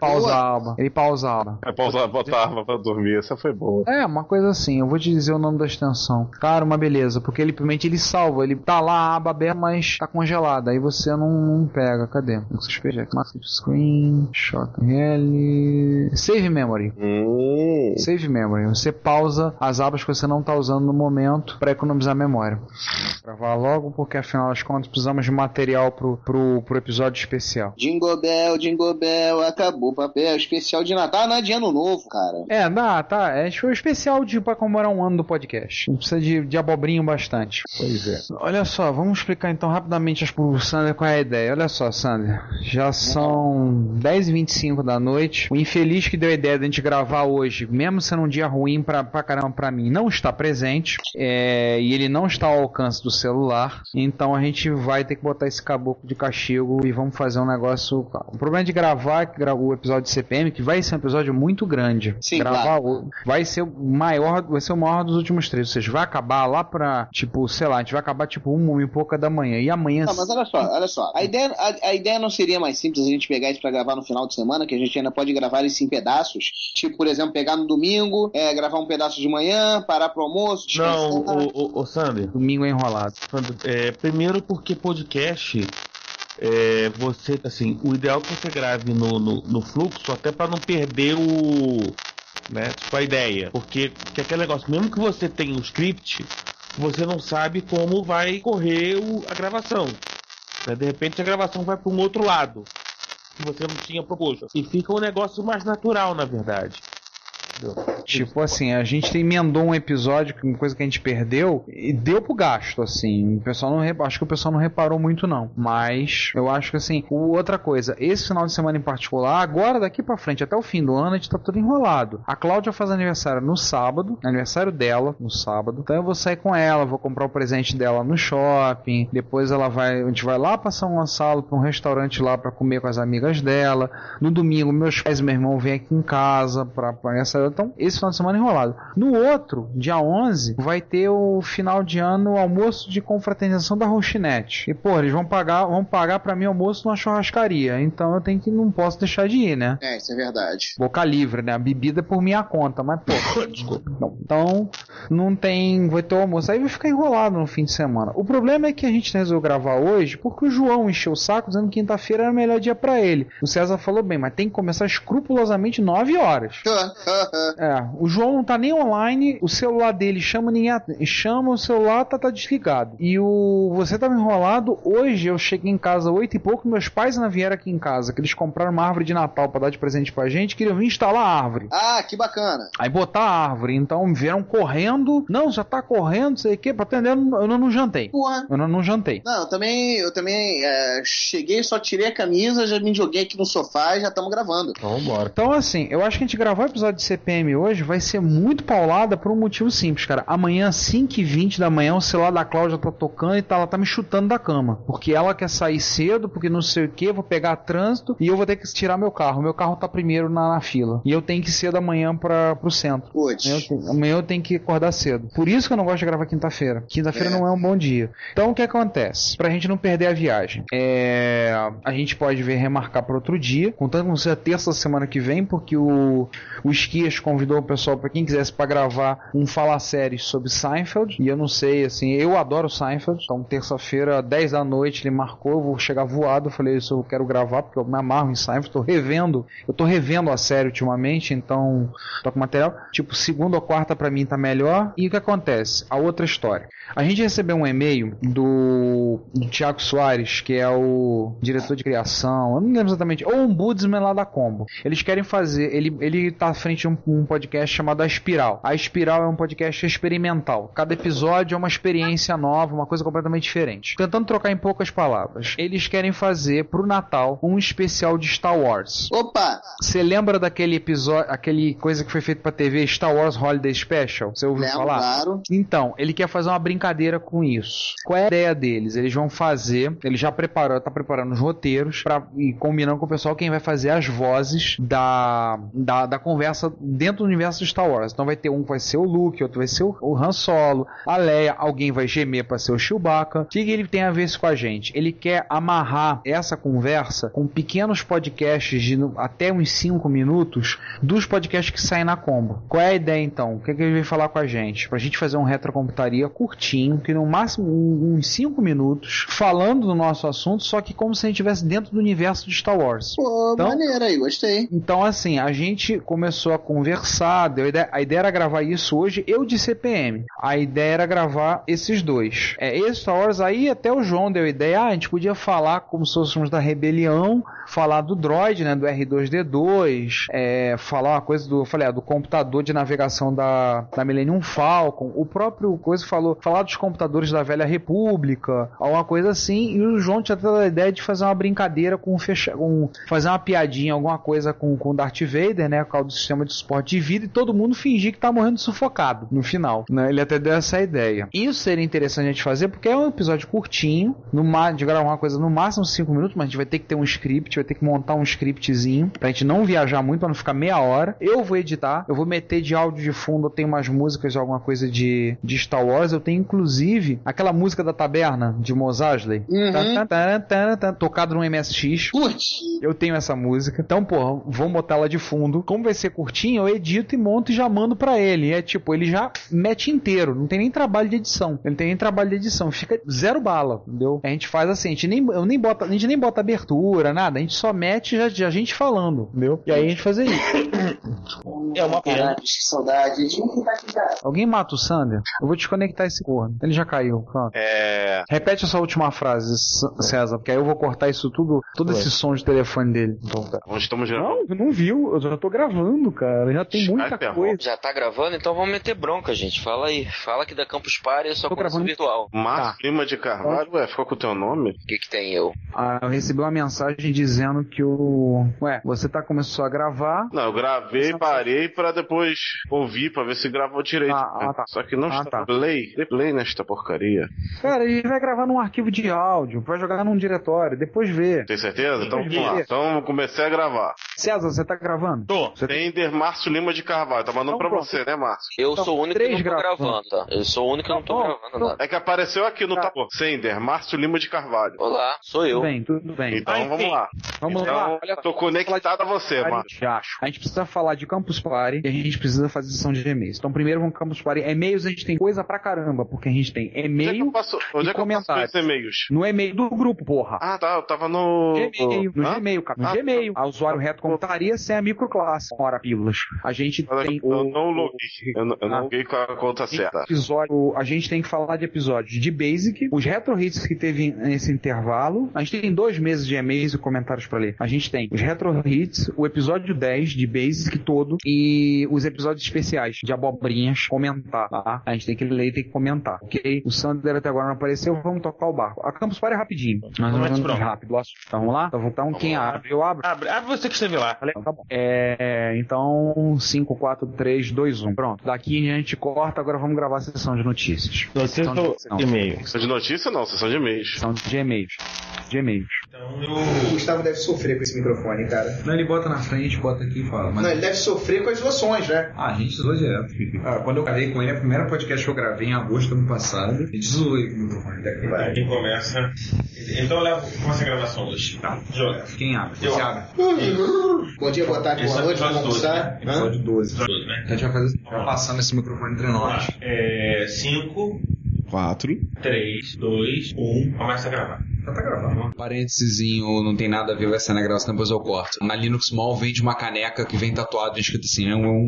[SPEAKER 9] Pausa a aba. Ele pausa a aba.
[SPEAKER 7] É pra usar, botar arma pra dormir, essa foi boa.
[SPEAKER 9] É, uma coisa assim, eu vou te dizer o nome da extensão. Cara, uma beleza, porque ele simplesmente ele salva, ele tá lá a aba aberta, mas tá congelada, aí você não, não pega. Cadê? Suspeita, Massive Screen, L, Save Memory.
[SPEAKER 7] Hum.
[SPEAKER 9] Save Memory, você pausa as abas que você não tá usando no momento pra economizar memória. Gravar logo, porque afinal das contas precisamos de material pro, pro, pro episódio especial.
[SPEAKER 5] Jingle Bell, Jingle Bell, acabou o papel. Especial de Natal, não é de Ano Novo, cara.
[SPEAKER 9] É, dá, tá. É acho que é um especial de, pra comemorar um ano do podcast. Não precisa de, de abobrinho bastante.
[SPEAKER 8] Pois é.
[SPEAKER 9] Olha só, vamos explicar então rapidamente acho, pro Sander qual é a ideia. Olha só, Sander, já são 10h25 da noite. O infeliz que deu a ideia de a gente gravar hoje, mesmo sendo um dia ruim pra, pra caramba pra mim, não está presente. É, e ele não está ao alcance do celular. Então a gente vai ter que botar esse caboclo de castigo e vamos fazer um negócio. O problema de gravar é que gra- o episódio de CPM, que vai ser um episódio muito grande.
[SPEAKER 5] Sim,
[SPEAKER 9] gravar
[SPEAKER 5] claro.
[SPEAKER 9] o- vai ser o maior, vai ser o maior dos últimos três. Ou seja, vai acabar lá pra, tipo, sei lá, a gente vai acabar tipo uma, uma e pouca da manhã. E amanhã.
[SPEAKER 5] Não, mas olha só, olha só. A ideia, a, a ideia não seria mais simples a gente pegar isso pra gravar no final de semana, que a gente ainda pode gravar isso em pedaços. Tipo, por exemplo, pegar no domingo, é, gravar um pedaço de manhã, parar pro almoço, descansar.
[SPEAKER 8] Não, o, o, o Sander.
[SPEAKER 9] Domingo enrolado.
[SPEAKER 8] É, primeiro porque podcast. é, você, assim, o ideal é que você grave no, no, no fluxo, até pra não perder o. Né, tipo, a ideia. Porque que é aquele negócio, mesmo que você tenha o script, você não sabe como vai correr o- a gravação. né? De repente a gravação vai para um outro lado que você não tinha proposto. E fica um negócio mais natural, na verdade.
[SPEAKER 5] Tipo assim, a gente emendou um episódio, uma coisa que a gente perdeu, e deu pro gasto, assim. O pessoal não rep- Acho que o pessoal não reparou muito, não. Mas eu acho que assim, o- outra coisa, esse final de semana em particular, agora daqui pra frente, até o fim do ano, a gente tá tudo enrolado. A Cláudia faz aniversário no sábado, aniversário dela, no sábado. Então eu vou sair com ela, vou comprar o presente dela no shopping. Depois ela vai. A gente vai lá pra São Gonçalo, pra um restaurante lá pra comer com as amigas dela. No domingo, meus pais e meu irmão vêm aqui em casa pra, pra essa. Então, esse final de semana enrolado. No outro, dia 11, vai ter o final de ano o almoço de confraternização da Roxinete. E, pô, eles vão pagar, vão pagar pra mim almoço numa churrascaria. Então eu tenho que. Não posso deixar de ir, né?
[SPEAKER 28] É, isso é verdade.
[SPEAKER 5] Boca livre, né? A bebida é por minha conta, mas
[SPEAKER 9] (coughs)
[SPEAKER 5] pô, desculpa. Não. Então, não tem. Vai ter o almoço. Aí vai ficar enrolado no fim de semana. O problema é que a gente resolveu gravar hoje porque o João encheu o saco dizendo que quinta-feira era o melhor dia pra ele. O César falou bem, mas tem que começar escrupulosamente 9 horas.
[SPEAKER 28] (laughs)
[SPEAKER 5] é, o João não tá nem online, o celular dele chama ninguém. at- Chama o celular, tá, tá desligado. E o. Você tava enrolado. Hoje eu cheguei em casa oito e pouco, meus pais ainda vieram aqui em casa, que eles compraram uma árvore de Natal pra dar de presente pra gente, queriam vir instalar a árvore.
[SPEAKER 28] Ah, que bacana.
[SPEAKER 5] Aí botar a árvore, então vieram correndo. Não, já tá correndo, sei o que, pra atender, eu não, eu não jantei.
[SPEAKER 28] Porra.
[SPEAKER 5] Eu não, não jantei.
[SPEAKER 28] Não, eu também, eu também é, cheguei, só tirei a camisa, já me joguei aqui no sofá e já estamos gravando.
[SPEAKER 5] Vambora. Então, assim, eu acho que a gente gravar o episódio de CPM hoje vai ser muito paulada por um motivo simples, cara. Amanhã, 5h20 da manhã, o celular da Cláudia tá tocando e tá, ela tá me chutando da cama. Porque ela quer sair cedo, porque não sei o que, vou pegar trânsito e eu vou ter que tirar meu carro. Meu carro tá primeiro na, na fila. E eu tenho que ir cedo amanhã pra, pro centro. Amanhã eu, tenho, amanhã eu tenho que acordar cedo. Por isso que eu não gosto de gravar quinta-feira. Quinta-feira não é um bom dia. Então, o que acontece? Pra gente não perder a viagem, é... a gente pode ver remarcar para outro dia, contando com ser a terça da semana que vem, porque o, o Esquias convidou o pessoal para quem quisesse para gravar um Fala Séries sobre Seinfeld. E eu não sei, assim, eu adoro Seinfeld. Então, terça-feira, 10 da noite, ele marcou. Eu vou chegar voado. Eu falei, isso eu quero gravar, porque eu me amarro em Seinfeld. Tô revendo, eu tô revendo a série ultimamente, então tô com material. Tipo, segunda ou quarta pra mim tá melhor. E o que acontece? A outra história. A gente recebeu um e-mail do, do Tiago Soares, que é o diretor de criação, eu não lembro exatamente, ou um Budsman lá da Combo. Eles querem fazer, ele, ele tá à frente de um, um podcast chamado A Espiral. A Espiral é um podcast experimental. Cada episódio é uma experiência nova, uma coisa completamente diferente. Tentando trocar em poucas palavras, eles querem fazer pro Natal um especial de Star Wars.
[SPEAKER 28] Opa!
[SPEAKER 5] Você lembra daquele episódio, aquele coisa que foi feito pra TV, Star Wars Holiday Special? Você ouviu
[SPEAKER 28] Lembro,
[SPEAKER 5] falar?
[SPEAKER 28] claro.
[SPEAKER 5] Então, ele quer fazer uma brincadeira com isso. Qual é a ideia deles? Eles vão fazer, ele já preparou, tá preparando os roteiros pra, e combinando com o pessoal quem vai fazer as vozes da, da, da conversa dentro do universo de Star Wars. Então vai ter um que vai ser o Luke, outro vai ser o, o Han Solo, a Leia, alguém vai gemer pra ser o Chewbacca. O que que ele tem a ver isso com a gente? Ele quer amarrar essa conversa com pequenos podcasts de no- até uns 5 minutos dos podcasts que saem na combo. Qual é a ideia então? O que, que ele veio falar com a gente? Pra gente fazer um retrocomputaria curtinho, que no máximo um- uns 5 minutos, falando do nosso assunto, só que como se a gente estivesse dentro do universo de Star Wars.
[SPEAKER 28] Pô, maneiro aí, gostei.
[SPEAKER 5] Então, assim, a gente começou a conversar, deu a, ideia, a ideia era gravar isso hoje, eu de CPM. A ideia era gravar esses dois. É, esse Star Wars aí, até o João deu a ideia, ah, a gente podia falar como se fôssemos da rebelião, falar do droid, né, do R2-D2, é, falar uma coisa do, eu falei, ah, do computador de navegação da, da Millennium Falcon, o próprio coisa falou, falar dos computadores da velha república, alguma coisa assim, e o João tinha até a ideia de fazer uma brincadeira com um fecha, com fazer uma piadinha, alguma coisa com com o Darth Vader, né, por causa do sistema de suporte de vida e todo mundo fingir que tá morrendo sufocado no final, né? Ele até deu essa ideia. Isso seria interessante a gente fazer porque é um episódio curtinho, no ma- de gravar uma coisa no máximo 5 minutos, mas a gente vai ter que ter um script, vai ter que montar um scriptzinho pra gente não viajar muito, pra não ficar meia hora. Eu vou editar, eu vou meter de áudio de fundo, eu tenho umas músicas, alguma coisa de, de Star Wars, eu tenho inclusive aquela música da taberna de Mos Eisley,
[SPEAKER 28] Uhum.
[SPEAKER 5] Tá, tá, tá, tá, tá, tocado no MSX. Eu tenho essa música. Então, porra, vou botar ela de fundo. Como vai ser curtinho, eu edito e monto e já mando pra ele. É tipo, ele já mete inteiro. Não tem nem trabalho de edição. Ele não tem nem trabalho de edição. Fica zero bala, entendeu? A gente faz assim, a gente nem, eu nem bota, a gente nem bota abertura, nada. A gente
[SPEAKER 29] gente só mete já- já a gente falando, entendeu? E aí a gente fazia isso.
[SPEAKER 30] É uma
[SPEAKER 29] pena.
[SPEAKER 31] Caralho, que saudade. A gente não tá aqui, cara.
[SPEAKER 29] Alguém mata o Sander? Eu vou desconectar esse corno. Ele já caiu. Pronto.
[SPEAKER 30] É.
[SPEAKER 29] Repete essa última frase, C- César, porque aí eu vou cortar isso tudo, todo esse som de telefone dele.
[SPEAKER 30] Onde estamos
[SPEAKER 29] Não, não viu, eu já tô gravando, cara. Já tem muita coisa.
[SPEAKER 5] Já tá gravando, então vamos meter bronca, gente. Fala aí. Fala que da Campus Party eu só conheço virtual.
[SPEAKER 7] Márcio
[SPEAKER 29] Tá.
[SPEAKER 7] Lima de Carvalho, ué, ficou com o teu nome?
[SPEAKER 5] O que que tem eu?
[SPEAKER 29] Ah, eu recebi uma mensagem dizendo que o. Ué, você tá começou a gravar.
[SPEAKER 7] Não, eu gravei, parei pra depois ouvir pra ver se gravou direito. né? Só que não
[SPEAKER 29] Ah,
[SPEAKER 7] está
[SPEAKER 29] tá.
[SPEAKER 7] play, Dê play nesta porcaria.
[SPEAKER 29] Cara, a gente vai gravar num arquivo de áudio, vai jogar num diretório, depois vê.
[SPEAKER 7] Tem certeza? Então vamos lá.
[SPEAKER 29] Sim.
[SPEAKER 7] Então comecei a gravar.
[SPEAKER 29] César, você tá Então gravando?
[SPEAKER 30] Tô.
[SPEAKER 7] Tender Márcio Lima de Carvalho. Tá mandando pra você, né, Márcio?
[SPEAKER 5] Eu sou o único que não tô gravando, tá? Eu sou o único que não tô gravando nada.
[SPEAKER 7] É que apareceu aqui no tá. Sender, Márcio Lima de Carvalho.
[SPEAKER 5] Olá, sou eu.
[SPEAKER 29] Tudo bem, tudo bem.
[SPEAKER 7] Então
[SPEAKER 29] Ah, enfim.
[SPEAKER 7] vamos lá.
[SPEAKER 29] Vamos
[SPEAKER 7] então,
[SPEAKER 29] lá.
[SPEAKER 7] Tô conectado a você, Márcio.
[SPEAKER 29] A gente precisa falar de Campus Party e a gente precisa fazer sessão de e-mails. Então, primeiro vamos Campus Party. E-mails a gente tem coisa pra caramba, porque a gente tem e-mail
[SPEAKER 7] Onde
[SPEAKER 29] e
[SPEAKER 7] é que eu faço
[SPEAKER 29] comentários.
[SPEAKER 7] meus e-mails?
[SPEAKER 29] No e-mail do grupo, porra.
[SPEAKER 7] Ah, tá, eu tava no.
[SPEAKER 29] Gmail, no
[SPEAKER 7] Hã?
[SPEAKER 29] Gmail, cara. No
[SPEAKER 7] Ah,
[SPEAKER 29] Gmail. A usuário reto computaria sem a microclasse. Ora, pílulas. A gente tem
[SPEAKER 7] Eu
[SPEAKER 29] o.
[SPEAKER 7] não loguei. Eu, não-
[SPEAKER 29] Ah.
[SPEAKER 7] eu não loguei com a conta certa.
[SPEAKER 29] Episódio, a gente tem que falar de episódios de Basic, os retro hits que teve nesse intervalo. A gente tem dois meses de e-mails e comentários pra ler. A gente tem os retro hits, o episódio 10 de Basic todo e os episódios especiais de abobrinhas comentar. Tá? A gente tem que ler e tem que comentar, ok? O Sander até agora não apareceu, vamos tocar o barco. A Campus Party é rapidinho, mas
[SPEAKER 30] Vamos
[SPEAKER 29] vamos
[SPEAKER 30] pronto. Tá
[SPEAKER 29] rápido. Nossa, Então vamos lá? Então, vamos- então quem abre, eu abro.
[SPEAKER 30] Abre, abre você que esteve lá.
[SPEAKER 29] Tá bom. É, então, 5, 4, 3, 2, 1. Pronto. Daqui a gente corta, agora vamos gravar a sessão de notícias. Sessão de- não.
[SPEAKER 7] Sessão de notícia não, sessão de e-mails.
[SPEAKER 29] Sessão de e-mails. De e-mails.
[SPEAKER 3] Então,
[SPEAKER 9] O Gustavo deve sofrer com esse microfone, cara.
[SPEAKER 3] Não, ele bota na frente, bota aqui e fala.
[SPEAKER 9] Não, ele deve sofrer com as zoações, né?
[SPEAKER 3] Ah, a gente zoou direto. Felipe. Ah, quando eu gravei com ele, o primeiro podcast que eu gravei em agosto do ano passado, a gente zoou ele com o microfone daqui.
[SPEAKER 8] Vai, quem começa. Então eu levo, começa a gravação hoje. Tá, joga.
[SPEAKER 3] Quem abre?
[SPEAKER 8] Eu
[SPEAKER 3] Você
[SPEAKER 8] abro.
[SPEAKER 9] Bom dia, boa tarde, boa noite, vamos almoçar. Hã?
[SPEAKER 3] Episódio 12. né? A gente vai fazer assim, vai passando esse microfone entre nós.
[SPEAKER 8] É. 5,
[SPEAKER 32] 4.
[SPEAKER 8] 3, 2, 1. Começa a gravar. Já tá gravando.
[SPEAKER 3] Parêntesezinho, não tem nada a ver, vai ser na gravação, depois eu corto. Na Linux Mall vende uma caneca que vem tatuado escrito assim, é um,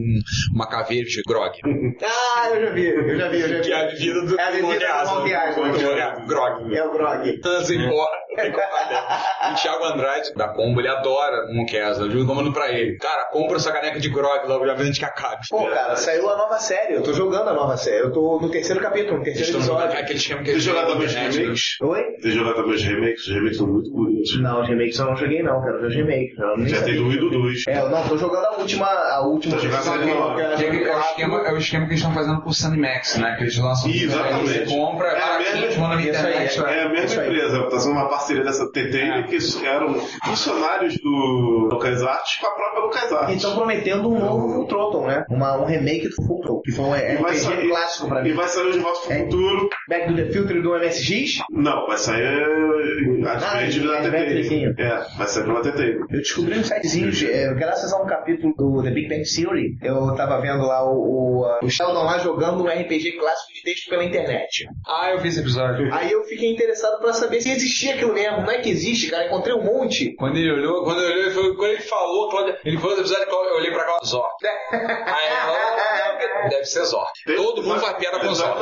[SPEAKER 3] uma caveira de grog.
[SPEAKER 9] Ah, eu já vi, eu já vi, eu já vi.
[SPEAKER 3] Que é a bebida do
[SPEAKER 9] É a bebida do Monte Aslan.
[SPEAKER 3] Grog. Então, assim,
[SPEAKER 9] É o Grog.
[SPEAKER 3] Tanto embora. O Thiago Andrade, da Combo, ele adora um Kessler. Eu digo, mando pra ele. Cara, compra essa caneca de grog logo, já vende que acabe.
[SPEAKER 9] Pô, cara, saiu a nova série. Eu tô jogando a nova série. Eu tô no terceiro capítulo, no terceiro
[SPEAKER 3] Estamos
[SPEAKER 9] episódio.
[SPEAKER 3] aquele esquema que
[SPEAKER 9] Tem
[SPEAKER 3] eles
[SPEAKER 9] jogado
[SPEAKER 3] jogam
[SPEAKER 9] alguns
[SPEAKER 3] na net,
[SPEAKER 9] remakes?
[SPEAKER 3] né?
[SPEAKER 9] Oi?
[SPEAKER 7] Tem jogado também os remakes, os remakes são muito bonitos.
[SPEAKER 9] Não, os remakes eu não joguei não, cara. Os remakes. eu nem
[SPEAKER 7] Já
[SPEAKER 9] sabia.
[SPEAKER 7] tem do 1 e do 2.
[SPEAKER 9] É, eu não, tô jogando a última. A última.
[SPEAKER 7] Tá jogando
[SPEAKER 9] só
[SPEAKER 7] a
[SPEAKER 9] que-
[SPEAKER 7] nova.
[SPEAKER 9] eu-
[SPEAKER 3] É o esquema, é o esquema que eles estão fazendo com o Sanimax, né? Que eles lançam
[SPEAKER 29] é,
[SPEAKER 7] Exatamente.
[SPEAKER 3] Você compra, é baratinho, manda na internet.
[SPEAKER 7] é, a mesma empresa, tá sendo uma parceria dessa TT,
[SPEAKER 29] Ah.
[SPEAKER 7] que eram funcionários do LucasArts com a própria LucasArts.
[SPEAKER 9] Então prometendo um novo Full Throttle, né? Uma, um remake do Full Throttle, que foi um
[SPEAKER 7] E vai sair-
[SPEAKER 9] RPG clássico pra mim.
[SPEAKER 7] e vai sair o De Volta pro Futuro.
[SPEAKER 9] Back to the Future do MSX?
[SPEAKER 7] Não, vai sair eh, Adventure da TT. É, vai sair pela TT.
[SPEAKER 9] Eu descobri um sitezinho, de- é, graças a um capítulo do The Big Bang Theory, eu tava vendo lá o, o, ah, o Sheldon lá jogando um RPG clássico de texto pela internet.
[SPEAKER 3] Ah, eu vi esse episódio.
[SPEAKER 9] Aí eu fiquei interessado pra saber se existia aquilo mesmo. Não é que existe, cara. Encontrei um monte.
[SPEAKER 3] Quando ele olhou, quando ele olhou, ele falou- quando ele falou, Cláudia, ele falou do episódio, Cláudia, eu olhei pra Cláudia, Zó.
[SPEAKER 9] (laughs)
[SPEAKER 3] Aí ela falou, deve ser Zó. Todo mundo faz piada com Zó.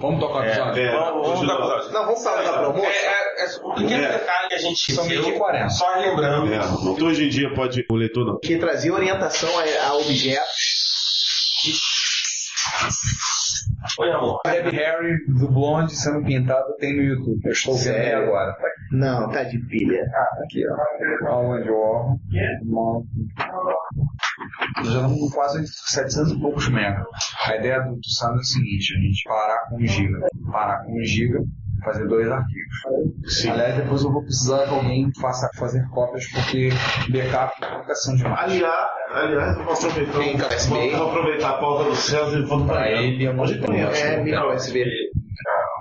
[SPEAKER 3] Vamos tocar o episódio?
[SPEAKER 7] É,
[SPEAKER 3] vamos, vamos tocar o
[SPEAKER 9] Não, vamos falar da promoção.
[SPEAKER 3] É, é,
[SPEAKER 8] O pequeno detalhe que a gente
[SPEAKER 9] São meio de 40.
[SPEAKER 8] Só lembrando.
[SPEAKER 7] É, hoje em dia pode. O leitor não.
[SPEAKER 9] né? Que trazia orientação a, a objetos.
[SPEAKER 8] Oi, amor.
[SPEAKER 3] Debbie Harry do Blonde sendo pintado tem no YouTube. Eu estou vendo aí agora.
[SPEAKER 9] Não, tá de pilha.
[SPEAKER 3] Ah, aqui, ó. Aonde, ó. Mal. Já estamos com quase 700 e poucos mega. A ideia do Tussano é a seguinte: a gente parar com um giga. Parar com um giga. Fazer dois arquivos. Aliás, depois eu vou precisar que alguém faça fazer cópias, porque backup é complicação demais.
[SPEAKER 7] Aliás, aliás, eu vou aproveitar, vou, vou aproveitar a pauta do César e vou pra ele. Onde tem assim.
[SPEAKER 9] É, micro USB.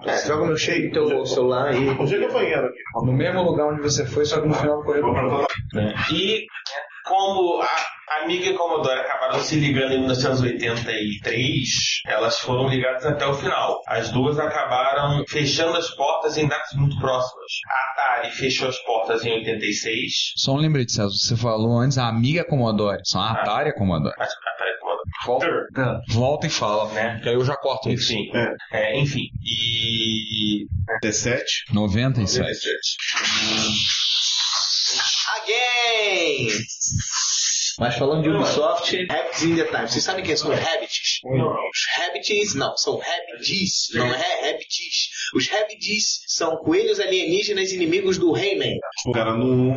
[SPEAKER 9] É, joga no cheio do teu celular aí.
[SPEAKER 7] Onde é que é o banheiro aqui?
[SPEAKER 3] No mesmo lugar onde você foi, só que no final do corredor.
[SPEAKER 8] E como a, Amiga e Commodore acabaram se ligando em 1983, elas foram ligadas até o final. As duas acabaram fechando as portas em datas muito próximas. A Atari fechou as portas em 86,
[SPEAKER 3] Só um lembrete, César. Você falou antes a amiga Commodore. São a Atari Commodore.
[SPEAKER 8] mas a Atari Commodore.
[SPEAKER 3] Volta, volta e fala,
[SPEAKER 8] né?
[SPEAKER 3] Que aí eu já corto isso.
[SPEAKER 8] Enfim, é, enfim. E.
[SPEAKER 33] 17?
[SPEAKER 3] 97.
[SPEAKER 8] 97.
[SPEAKER 5] Again! Mas falando de Ubisoft, Habits in the Time. Vocês sabem quem são os Habits?
[SPEAKER 8] Não.
[SPEAKER 5] Os Habits, não, são Habits, não é Habits. Os Habits são coelhos alienígenas inimigos do Rayman.
[SPEAKER 33] O cara não.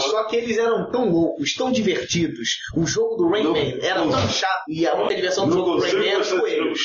[SPEAKER 5] Só que eles eram tão loucos, tão divertidos. O jogo do Rayman era tão chato. E a única diversão do jogo do Rayman era os coelhos.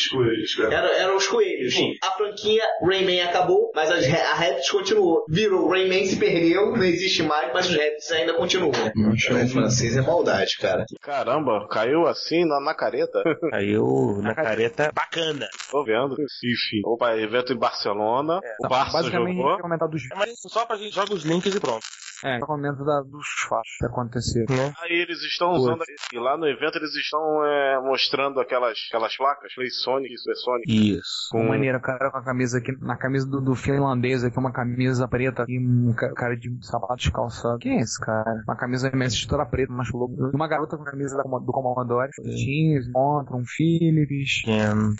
[SPEAKER 5] Era, eram os coelhos. A franquia Rayman acabou, mas as, a Rabbits continuou. Virou Rayman se perdeu, não existe mais, mas os Rabbits ainda continuam. O francês é maldade, cara.
[SPEAKER 7] Caramba, caiu assim na, na careta?
[SPEAKER 1] (laughs) Caiu na careta
[SPEAKER 7] bacana. Tô vendo. Enfim. Opa, evento em Barcelona. O Barça
[SPEAKER 3] basicamente,
[SPEAKER 7] jogou.
[SPEAKER 3] é comentar dos vídeos.
[SPEAKER 1] É, Mas só pra gente joga os links e pronto. Né?
[SPEAKER 3] É, comenta da, dos fatos que aconteceram.
[SPEAKER 7] Aí eles estão usando. E lá no evento eles estão é, mostrando aquelas, aquelas placas. Play Sonic e Super Sonic.
[SPEAKER 1] Isso.
[SPEAKER 3] Com... Maneiro, o cara com a camisa aqui, na camisa do, do finlandês aqui, uma camisa preta e um ca- cara de sapatos calçado. Quem é esse cara? Uma camisa MS toda preta, mas logo. Uma garota com a camisa da Como- do Commodore. Jeans, contra um Philips.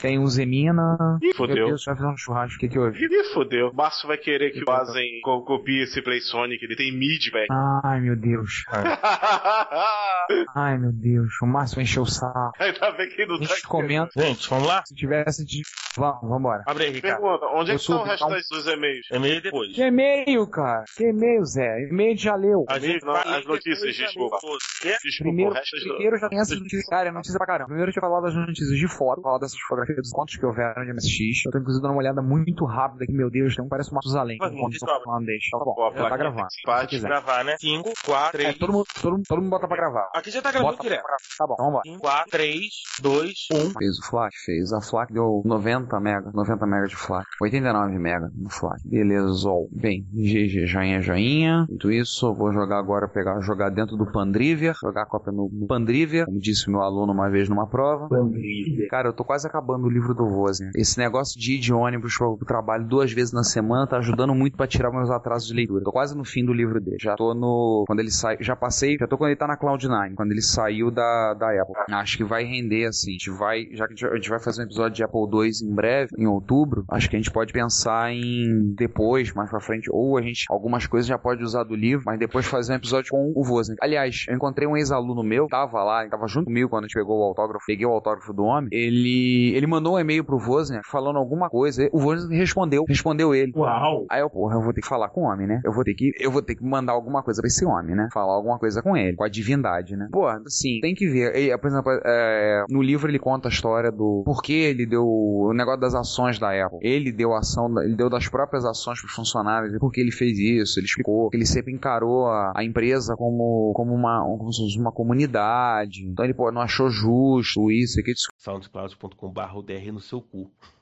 [SPEAKER 3] Tem um Zemina.
[SPEAKER 7] Ih, fodeu.
[SPEAKER 3] Meu Deus, vai fazer um churrasco, o que que houve?
[SPEAKER 7] E nem fodeu. O Barço vai querer que fazem co- copie esse Play Sonic. Ele tem mid, velho. (laughs)
[SPEAKER 3] Ai, meu Deus. Ai, meu Deus. O Márcio encheu o saco.
[SPEAKER 7] Ainda bem que não tá aqui.
[SPEAKER 3] Comenta.
[SPEAKER 1] Gente, vamos lá?
[SPEAKER 3] Se tivesse de... Vamos, vambora.
[SPEAKER 1] Abre aí, Ricardo.
[SPEAKER 7] Pergunta, onde é
[SPEAKER 3] Eu
[SPEAKER 7] que estão o
[SPEAKER 3] soube,
[SPEAKER 7] resto
[SPEAKER 3] então.
[SPEAKER 7] das- dos e-mails? É
[SPEAKER 1] E-mail depois.
[SPEAKER 3] Que e-mail, cara? Que e-mail, Zé? E-mail já leu.
[SPEAKER 7] As, não, as notícias, desculpa. Desculpa,
[SPEAKER 3] Primeiro,
[SPEAKER 7] o resto das-
[SPEAKER 3] primeiro já tem essas notícias, cara, é notícia pra caramba. Primeiro a gente vai falar das notícias de foto, falar dessas fotografias dos contos que houveram de MSX. Eu tô inclusive dando uma olhada muito rápida aqui, meu Deus, tem um que parece uma Susalém.
[SPEAKER 1] Mas não descobre.
[SPEAKER 3] Tá bom,
[SPEAKER 1] Ó, a
[SPEAKER 3] já tá
[SPEAKER 1] plaquinha
[SPEAKER 3] gravando.
[SPEAKER 1] tem que
[SPEAKER 3] se você quiser.
[SPEAKER 1] gravar, né? 5, 4,
[SPEAKER 3] É,
[SPEAKER 1] 3.
[SPEAKER 3] todo mundo, todo, mundo- todo mundo bota pra gravar.
[SPEAKER 1] Aqui já tá gravando
[SPEAKER 3] Bota
[SPEAKER 1] direto.
[SPEAKER 3] Tá bom, vamos lá.
[SPEAKER 1] 5, 4, 3, 2, 1.
[SPEAKER 3] Fez o FLAC, fez. A FLAC deu 90 mega, 90 mega de FLAC. 89 mega no FLAC. Beleza, ó. Bem, GG, joinha, joinha. Dito isso, eu vou jogar agora, pegar, jogar dentro do Pandriver, jogar a cópia no, no Pandriver, como disse meu aluno uma vez numa prova. Cara, eu tô quase acabando o livro do Vozen. Esse negócio de ir de ônibus pro pro trabalho duas vezes na semana tá ajudando muito pra tirar meus atrasos de leitura. Tô quase no fim do livro dele. Já tô no. Quando ele sai. Já passei. Já tô quando ele tá na Cloud9. Quando ele saiu da, da Apple. Acho que vai render assim. A gente vai. Já que a gente- a gente vai fazer um episódio de Apple II em breve, em outubro. Acho que a gente pode pensar em depois, mais pra frente. Ou a gente. Algumas coisas já pode usar do livro, mas depois fazer um episódio com o Vozen. Aliás, eu encontrei um ex-aluno meu. Tava lá. Ele tava junto comigo quando a gente pegou o autógrafo. Peguei o autógrafo do homem. Ele. Ele mandou um e-mail pro Vozen falando alguma coisa. O Vozen respondeu. Respondeu ele.
[SPEAKER 1] Uau.
[SPEAKER 3] Aí eu, porra, eu vou ter que falar com o homem, né? Eu vou ter que, eu vou ter que mandar alguma coisa pra esse homem, né? Falar alguma coisa com ele, com a divindade, né? Pô, assim, tem que ver. E, por exemplo, é, no livro ele conta a história do porquê ele deu o negócio das ações da Apple. Ele deu ação, da- ele deu das próprias ações pros funcionários, e por que ele fez isso, ele explicou que ele sempre encarou a, a empresa como, como, uma, como se fosse uma comunidade. Então ele, pô, não achou justo isso, aqui,
[SPEAKER 1] Soundcloud.com.br no seu cu.